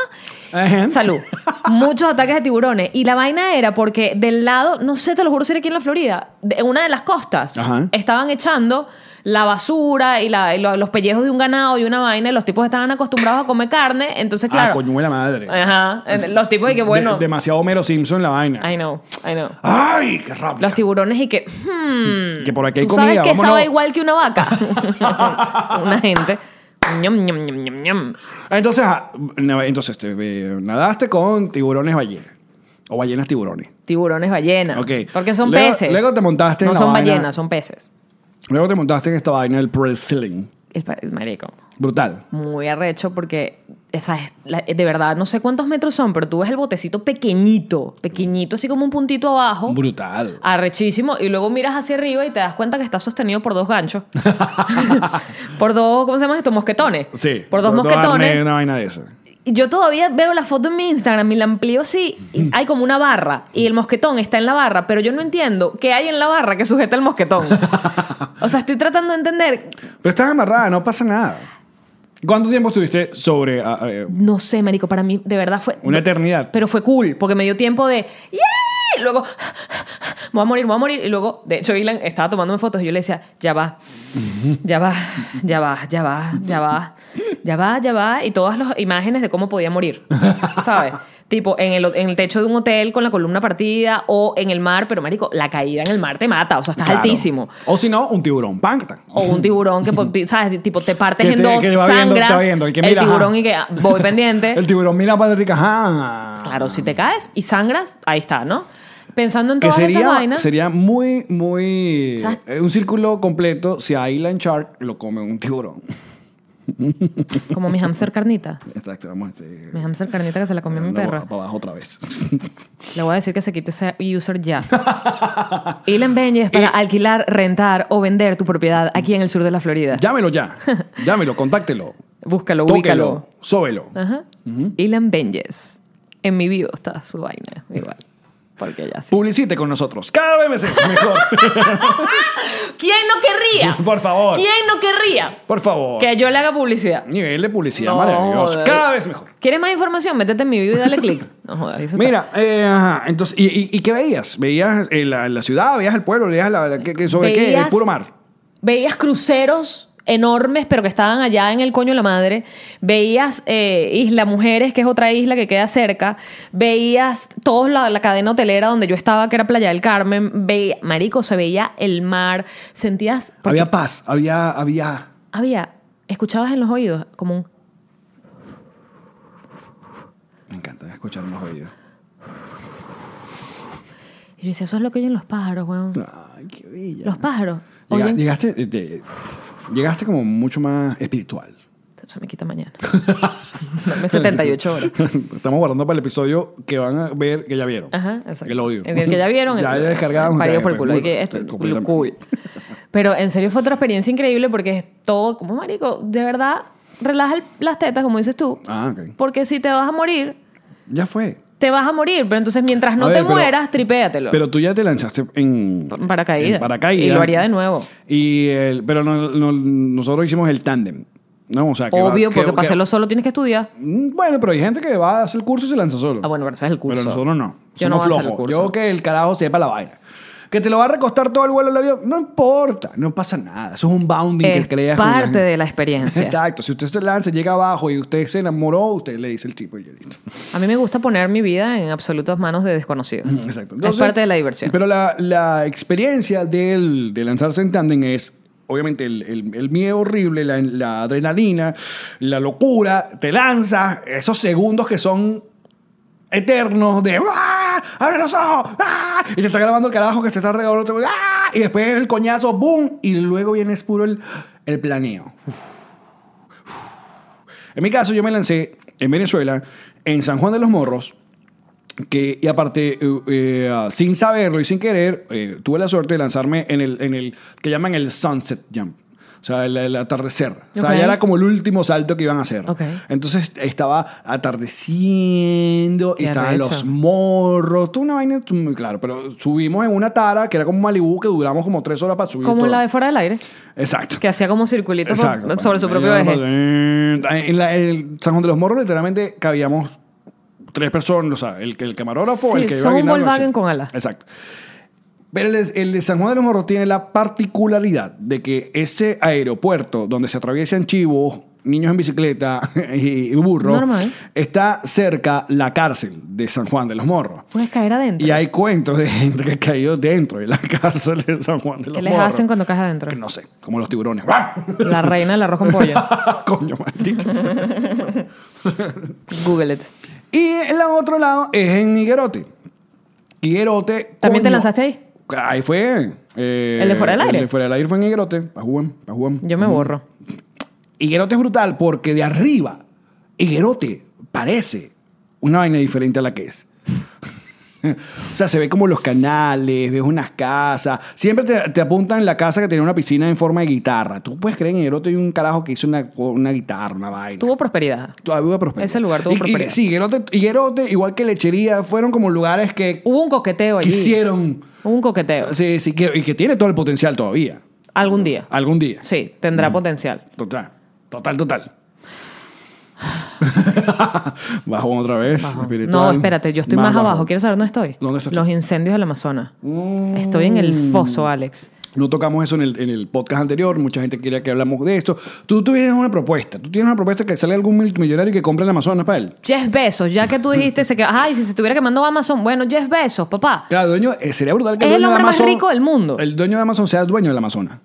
[SPEAKER 1] Ajá.
[SPEAKER 2] Salud. Muchos ataques de tiburones. Y la vaina era porque del lado, no sé, te lo juro, si era aquí en la Florida, de- en una de las costas,
[SPEAKER 1] Ajá.
[SPEAKER 2] estaban echando la basura y, la- y lo- los pellejos de un ganado y una vaina, y los tipos estaban acostumbrados a comer carne, entonces,
[SPEAKER 1] Ah,
[SPEAKER 2] claro.
[SPEAKER 1] coño de la madre.
[SPEAKER 2] Ajá. En- Los tipos, y que
[SPEAKER 1] De-
[SPEAKER 2] bueno.
[SPEAKER 1] demasiado Homero Simpson la vaina.
[SPEAKER 2] I know, I know.
[SPEAKER 1] ¡Ay, qué rápido!
[SPEAKER 2] Los tiburones y que. hmm,
[SPEAKER 1] Que por aquí hay
[SPEAKER 2] ¿Tú
[SPEAKER 1] comida,
[SPEAKER 2] sabes que
[SPEAKER 1] vámonos.
[SPEAKER 2] sabe igual que una vaca? una gente. Ñam, ñam, ñam, ñam, ñam.
[SPEAKER 1] Entonces, ah, na- entonces te, eh, nadaste con tiburones ballenas. O ballenas tiburones.
[SPEAKER 2] Tiburones ballena.
[SPEAKER 1] Ok.
[SPEAKER 2] Porque son
[SPEAKER 1] Luego-
[SPEAKER 2] peces.
[SPEAKER 1] luego te montaste en
[SPEAKER 2] No
[SPEAKER 1] la
[SPEAKER 2] son
[SPEAKER 1] vaina.
[SPEAKER 2] ballenas, son peces.
[SPEAKER 1] Luego te montaste en esta vaina del pre-sealing.
[SPEAKER 2] El, pa- el marico.
[SPEAKER 1] Brutal.
[SPEAKER 2] Muy arrecho porque, o sea, es la- de verdad, no sé cuántos metros son, pero tú ves el botecito pequeñito, pequeñito, así como un puntito abajo.
[SPEAKER 1] Brutal.
[SPEAKER 2] Arrechísimo, y luego miras hacia arriba y te das cuenta que está sostenido por dos ganchos. por dos, ¿cómo se llama esto? Mosquetones.
[SPEAKER 1] Sí.
[SPEAKER 2] Por dos
[SPEAKER 1] Yo te voy a
[SPEAKER 2] mosquetones.
[SPEAKER 1] darme Una vaina de esa.
[SPEAKER 2] Y Yo todavía veo la foto en mi Instagram y la amplío así. y hay como una barra y el mosquetón está en la barra, pero yo no entiendo qué hay en la barra que sujeta el mosquetón. o sea, estoy tratando de entender.
[SPEAKER 1] Pero estás amarrada, no pasa nada. ¿Cuánto tiempo estuviste sobre ah, eh,
[SPEAKER 2] No sé, marico, para mí de verdad fue.
[SPEAKER 1] una eternidad?
[SPEAKER 2] Pero fue cool, porque me dio tiempo de. "Yeah", Luego. Me voy a morir, me voy a morir. Y luego, de hecho, Ilan estaba tomándome fotos y yo le decía, ya va, ya va, ya va, ya va, ya va, ya va, ya va. Y todas las imágenes de cómo podía morir, ¿sabes? Tipo, en el, en el techo de un hotel con la columna partida o en el mar, pero marico, la caída en el mar te mata, o sea, estás
[SPEAKER 1] Claro.
[SPEAKER 2] altísimo. Eh.
[SPEAKER 1] O si no, un tiburón. ¡Panctan!
[SPEAKER 2] O un tiburón que, por- ¿sabes? Tipo, te partes
[SPEAKER 1] Que
[SPEAKER 2] en
[SPEAKER 1] te-
[SPEAKER 2] dos,
[SPEAKER 1] que va viendo,
[SPEAKER 2] sangras,
[SPEAKER 1] está viendo, y que
[SPEAKER 2] el
[SPEAKER 1] mira, ajá.
[SPEAKER 2] tiburón y que ah, voy pendiente.
[SPEAKER 1] El tiburón mira para Rica. ¡Ah!
[SPEAKER 2] Claro, si te caes y sangras, ahí está, ¿no? Pensando en
[SPEAKER 1] Que
[SPEAKER 2] todas esas
[SPEAKER 1] sería,
[SPEAKER 2] vainas.
[SPEAKER 1] sería muy, muy.
[SPEAKER 2] ¿Sabes?
[SPEAKER 1] eh, Un círculo completo si a Island Shark lo come un tiburón.
[SPEAKER 2] Como mi hamster carnita.
[SPEAKER 1] Exacto, vamos a decir.
[SPEAKER 2] Mi hamster carnita que se la comió mi
[SPEAKER 1] Anda
[SPEAKER 2] perra.
[SPEAKER 1] pa- Para abajo otra vez.
[SPEAKER 2] Le voy a decir que se quite ese user ya. Ilan Benji es
[SPEAKER 1] Eh,
[SPEAKER 2] para alquilar, rentar o vender tu propiedad aquí en el sur de la Florida.
[SPEAKER 1] Llámelo ya. Llámelo, contáctelo.
[SPEAKER 2] Búscalo,
[SPEAKER 1] Tóquelo.
[SPEAKER 2] ubícalo.
[SPEAKER 1] Sóbelo.
[SPEAKER 2] Ajá. Ilan Benjes. En mi bio está su vaina, igual. Porque ya sí.
[SPEAKER 1] Publicite con nosotros. Cada vez me sé mejor.
[SPEAKER 2] ¿Quién no querría?
[SPEAKER 1] Por favor.
[SPEAKER 2] ¿Quién no querría
[SPEAKER 1] Por favor.
[SPEAKER 2] que yo le haga publicidad?
[SPEAKER 1] Nivel de publicidad
[SPEAKER 2] No,
[SPEAKER 1] maravilloso.
[SPEAKER 2] de-
[SPEAKER 1] Cada vez mejor.
[SPEAKER 2] ¿Quieres más información? Métete en mi bio y dale click. No jodas, eso está-
[SPEAKER 1] Mira, eh, ajá, entonces, ¿y, y, y qué veías? ¿Veías eh, la, la ciudad? ¿Veías el pueblo? ¿Veías la, la- qué- qué- sobre qué? El
[SPEAKER 2] Veías-
[SPEAKER 1] puro mar.
[SPEAKER 2] Veías cruceros enormes, pero que estaban allá en el coño de la madre. Veías eh, Isla Mujeres, que es otra isla que queda cerca. Veías toda la, la cadena hotelera donde yo estaba, que era Playa del Carmen. Veía, marico, se veía el mar. Sentías... porque
[SPEAKER 1] Había paz, había, había
[SPEAKER 2] había- Escuchabas en los oídos como un...
[SPEAKER 1] Me encanta escuchar unos oídos.
[SPEAKER 2] Y yo decía, eso es lo que oyen los pájaros, weón.
[SPEAKER 1] Ay, qué bella.
[SPEAKER 2] Los pájaros.
[SPEAKER 1] Llega-
[SPEAKER 2] oyen-
[SPEAKER 1] llegaste, eh, te- llegaste como mucho más espiritual.
[SPEAKER 2] Se me quita mañana. Dame 78 horas.
[SPEAKER 1] Estamos guardando para el episodio que van a ver, que ya vieron.
[SPEAKER 2] Ajá, exacto.
[SPEAKER 1] El odio.
[SPEAKER 2] El que ya vieron.
[SPEAKER 1] ya,
[SPEAKER 2] el-
[SPEAKER 1] ya descargamos.
[SPEAKER 2] parido
[SPEAKER 1] ya,
[SPEAKER 2] por
[SPEAKER 1] pues,
[SPEAKER 2] culo.
[SPEAKER 1] muy-
[SPEAKER 2] y que esto-
[SPEAKER 1] completamente.
[SPEAKER 2] cool. Pero en serio fue otra experiencia increíble porque es todo como marico. De verdad, relaja el- las tetas, como dices tú.
[SPEAKER 1] Ah, ok.
[SPEAKER 2] Porque si te vas a morir,
[SPEAKER 1] Ya fue.
[SPEAKER 2] te vas a morir. Pero entonces mientras no
[SPEAKER 1] A
[SPEAKER 2] te
[SPEAKER 1] ver, pero-
[SPEAKER 2] mueras, tripéatelo.
[SPEAKER 1] Pero tú ya te lanzaste en...
[SPEAKER 2] En paracaídas.
[SPEAKER 1] en paracaídas.
[SPEAKER 2] Y lo haría de nuevo.
[SPEAKER 1] Y el- pero no- no- nosotros hicimos el tándem. ¿no? O sea, que va-
[SPEAKER 2] Obvio,
[SPEAKER 1] que-
[SPEAKER 2] porque
[SPEAKER 1] que-
[SPEAKER 2] para hacerlo solo tienes que estudiar.
[SPEAKER 1] Mm, Bueno, pero hay gente que va a hacer el curso y se lanza solo.
[SPEAKER 2] Ah, bueno, pero ese es el curso.
[SPEAKER 1] Pero nosotros no.
[SPEAKER 2] Yo
[SPEAKER 1] Somos
[SPEAKER 2] no voy a hacer
[SPEAKER 1] flojos.
[SPEAKER 2] el curso.
[SPEAKER 1] Yo que el carajo sepa la vaina. Que te lo va a recostar todo el vuelo el avión. No importa, no pasa nada. Eso es un bounding
[SPEAKER 2] Es
[SPEAKER 1] que creas. con la
[SPEAKER 2] parte
[SPEAKER 1] gente.
[SPEAKER 2] de la experiencia.
[SPEAKER 1] Exacto. Si usted se lanza, llega abajo y usted se enamoró, usted le dice el tipo y ya listo.
[SPEAKER 2] A mí me gusta poner mi vida en absolutas manos de desconocidos.
[SPEAKER 1] Exacto.
[SPEAKER 2] es parte de la diversión.
[SPEAKER 1] Pero la, la experiencia del, de lanzarse en tándem es, obviamente, el, el- el miedo horrible, la, la adrenalina, la locura, te lanzas, esos segundos que son eternos de ¡Ah! ¡Abre los ojos! ¡Ah! Y te está grabando el carajo que te está alrededor. te- ¡Ah! Y después el coñazo, ¡boom! Y luego viene es puro el, el planeo. En mi caso, yo me lancé en Venezuela, en San Juan de los Morros, que, y aparte, eh, eh, ah, sin saberlo y sin querer, eh, tuve la suerte de lanzarme en el, en el que llaman el Sunset Jump. O sea, el, el atardecer. O sea,
[SPEAKER 2] Ok.
[SPEAKER 1] ya era como el último salto que iban a hacer.
[SPEAKER 2] Ok.
[SPEAKER 1] Entonces estaba atardeciendo y
[SPEAKER 2] Qué
[SPEAKER 1] estaban
[SPEAKER 2] arrecho.
[SPEAKER 1] los morros. Tú una vaina, tú- muy claro, pero subimos en una tara que era como un Malibu que duramos como tres horas para subir.
[SPEAKER 2] Como
[SPEAKER 1] todo.
[SPEAKER 2] la de fuera del aire,
[SPEAKER 1] Exacto.
[SPEAKER 2] que hacía como circulitos por-
[SPEAKER 1] Exacto.
[SPEAKER 2] sobre su propio
[SPEAKER 1] Bueno,
[SPEAKER 2] eje.
[SPEAKER 1] En, la- en San Juan de los Morros, literalmente cabíamos tres personas, o sea, el, el camarógrafo,
[SPEAKER 2] Sí,
[SPEAKER 1] el que iba
[SPEAKER 2] son un
[SPEAKER 1] guindando,
[SPEAKER 2] Volkswagen
[SPEAKER 1] sí.
[SPEAKER 2] con alas.
[SPEAKER 1] Exacto. Pero el de, el de San Juan de los Morros tiene la particularidad de que ese aeropuerto donde se atraviesan chivos, niños en bicicleta y burros,
[SPEAKER 2] Normal.
[SPEAKER 1] está cerca la cárcel de San Juan de los Morros.
[SPEAKER 2] Puedes caer adentro.
[SPEAKER 1] Y hay cuentos de gente que ha caído dentro de la cárcel de San Juan de los
[SPEAKER 2] ¿Qué les
[SPEAKER 1] Morros.
[SPEAKER 2] hacen cuando caes adentro?
[SPEAKER 1] Que No sé, como los tiburones.
[SPEAKER 2] La reina del arroz con pollo.
[SPEAKER 1] Coño, maldito. sea.
[SPEAKER 2] Google it.
[SPEAKER 1] y el otro lado es en Higuerote. Higuerote.
[SPEAKER 2] ¿También te
[SPEAKER 1] coño,
[SPEAKER 2] lanzaste ahí?
[SPEAKER 1] Ahí fue. eh,
[SPEAKER 2] ¿El de fuera del aire?
[SPEAKER 1] El de fuera del aire fue en Higuerote. Pa' Juan, pa' Juan.
[SPEAKER 2] Yo me borro.
[SPEAKER 1] Higuerote es brutal porque de arriba, Higuerote parece una vaina diferente a la que es. o sea, se ve como los canales, ves unas casas. Siempre te, te apuntan en la casa que tenía una piscina en forma de guitarra. Tú puedes creer en Higuerote hay un carajo que hizo una, una guitarra, una vaina.
[SPEAKER 2] Tuvo prosperidad.
[SPEAKER 1] Todavía hubo prosperidad.
[SPEAKER 2] Ese lugar tuvo
[SPEAKER 1] Y- y-
[SPEAKER 2] prosperidad.
[SPEAKER 1] sí, Higuerote, Higuerote, igual que Lechería, fueron como lugares que
[SPEAKER 2] Hubo un coqueteo allí.
[SPEAKER 1] quisieron.
[SPEAKER 2] Hubo un coqueteo.
[SPEAKER 1] Sí, sí, que, y que tiene todo el potencial todavía.
[SPEAKER 2] Algún día.
[SPEAKER 1] Algún día.
[SPEAKER 2] Sí, tendrá
[SPEAKER 1] Mm.
[SPEAKER 2] potencial.
[SPEAKER 1] Total, total, total. Bajón otra vez. espiritual.
[SPEAKER 2] No, espérate, yo estoy más, abajo. ¿Quieres saber dónde estoy?
[SPEAKER 1] ¿Dónde estás tú?
[SPEAKER 2] Los incendios del Amazonas.
[SPEAKER 1] Mm.
[SPEAKER 2] Estoy en el foso, Alex.
[SPEAKER 1] No tocamos eso en el, en el podcast anterior. Mucha gente quería que hablamos de esto. Tú tienes una propuesta. Tú tienes una propuesta que sale algún millonario y que compre el Amazonas para él.
[SPEAKER 2] Jeff Bezos, ya que tú dijiste se que, ay, si se estuviera quemando Amazon, bueno, Jeff Bezos, papá.
[SPEAKER 1] Claro, dueño, eh, sería brutal que
[SPEAKER 2] Es el
[SPEAKER 1] dueño de
[SPEAKER 2] hombre más
[SPEAKER 1] Amazon-
[SPEAKER 2] rico del mundo.
[SPEAKER 1] El dueño de Amazon sea el dueño del Amazonas.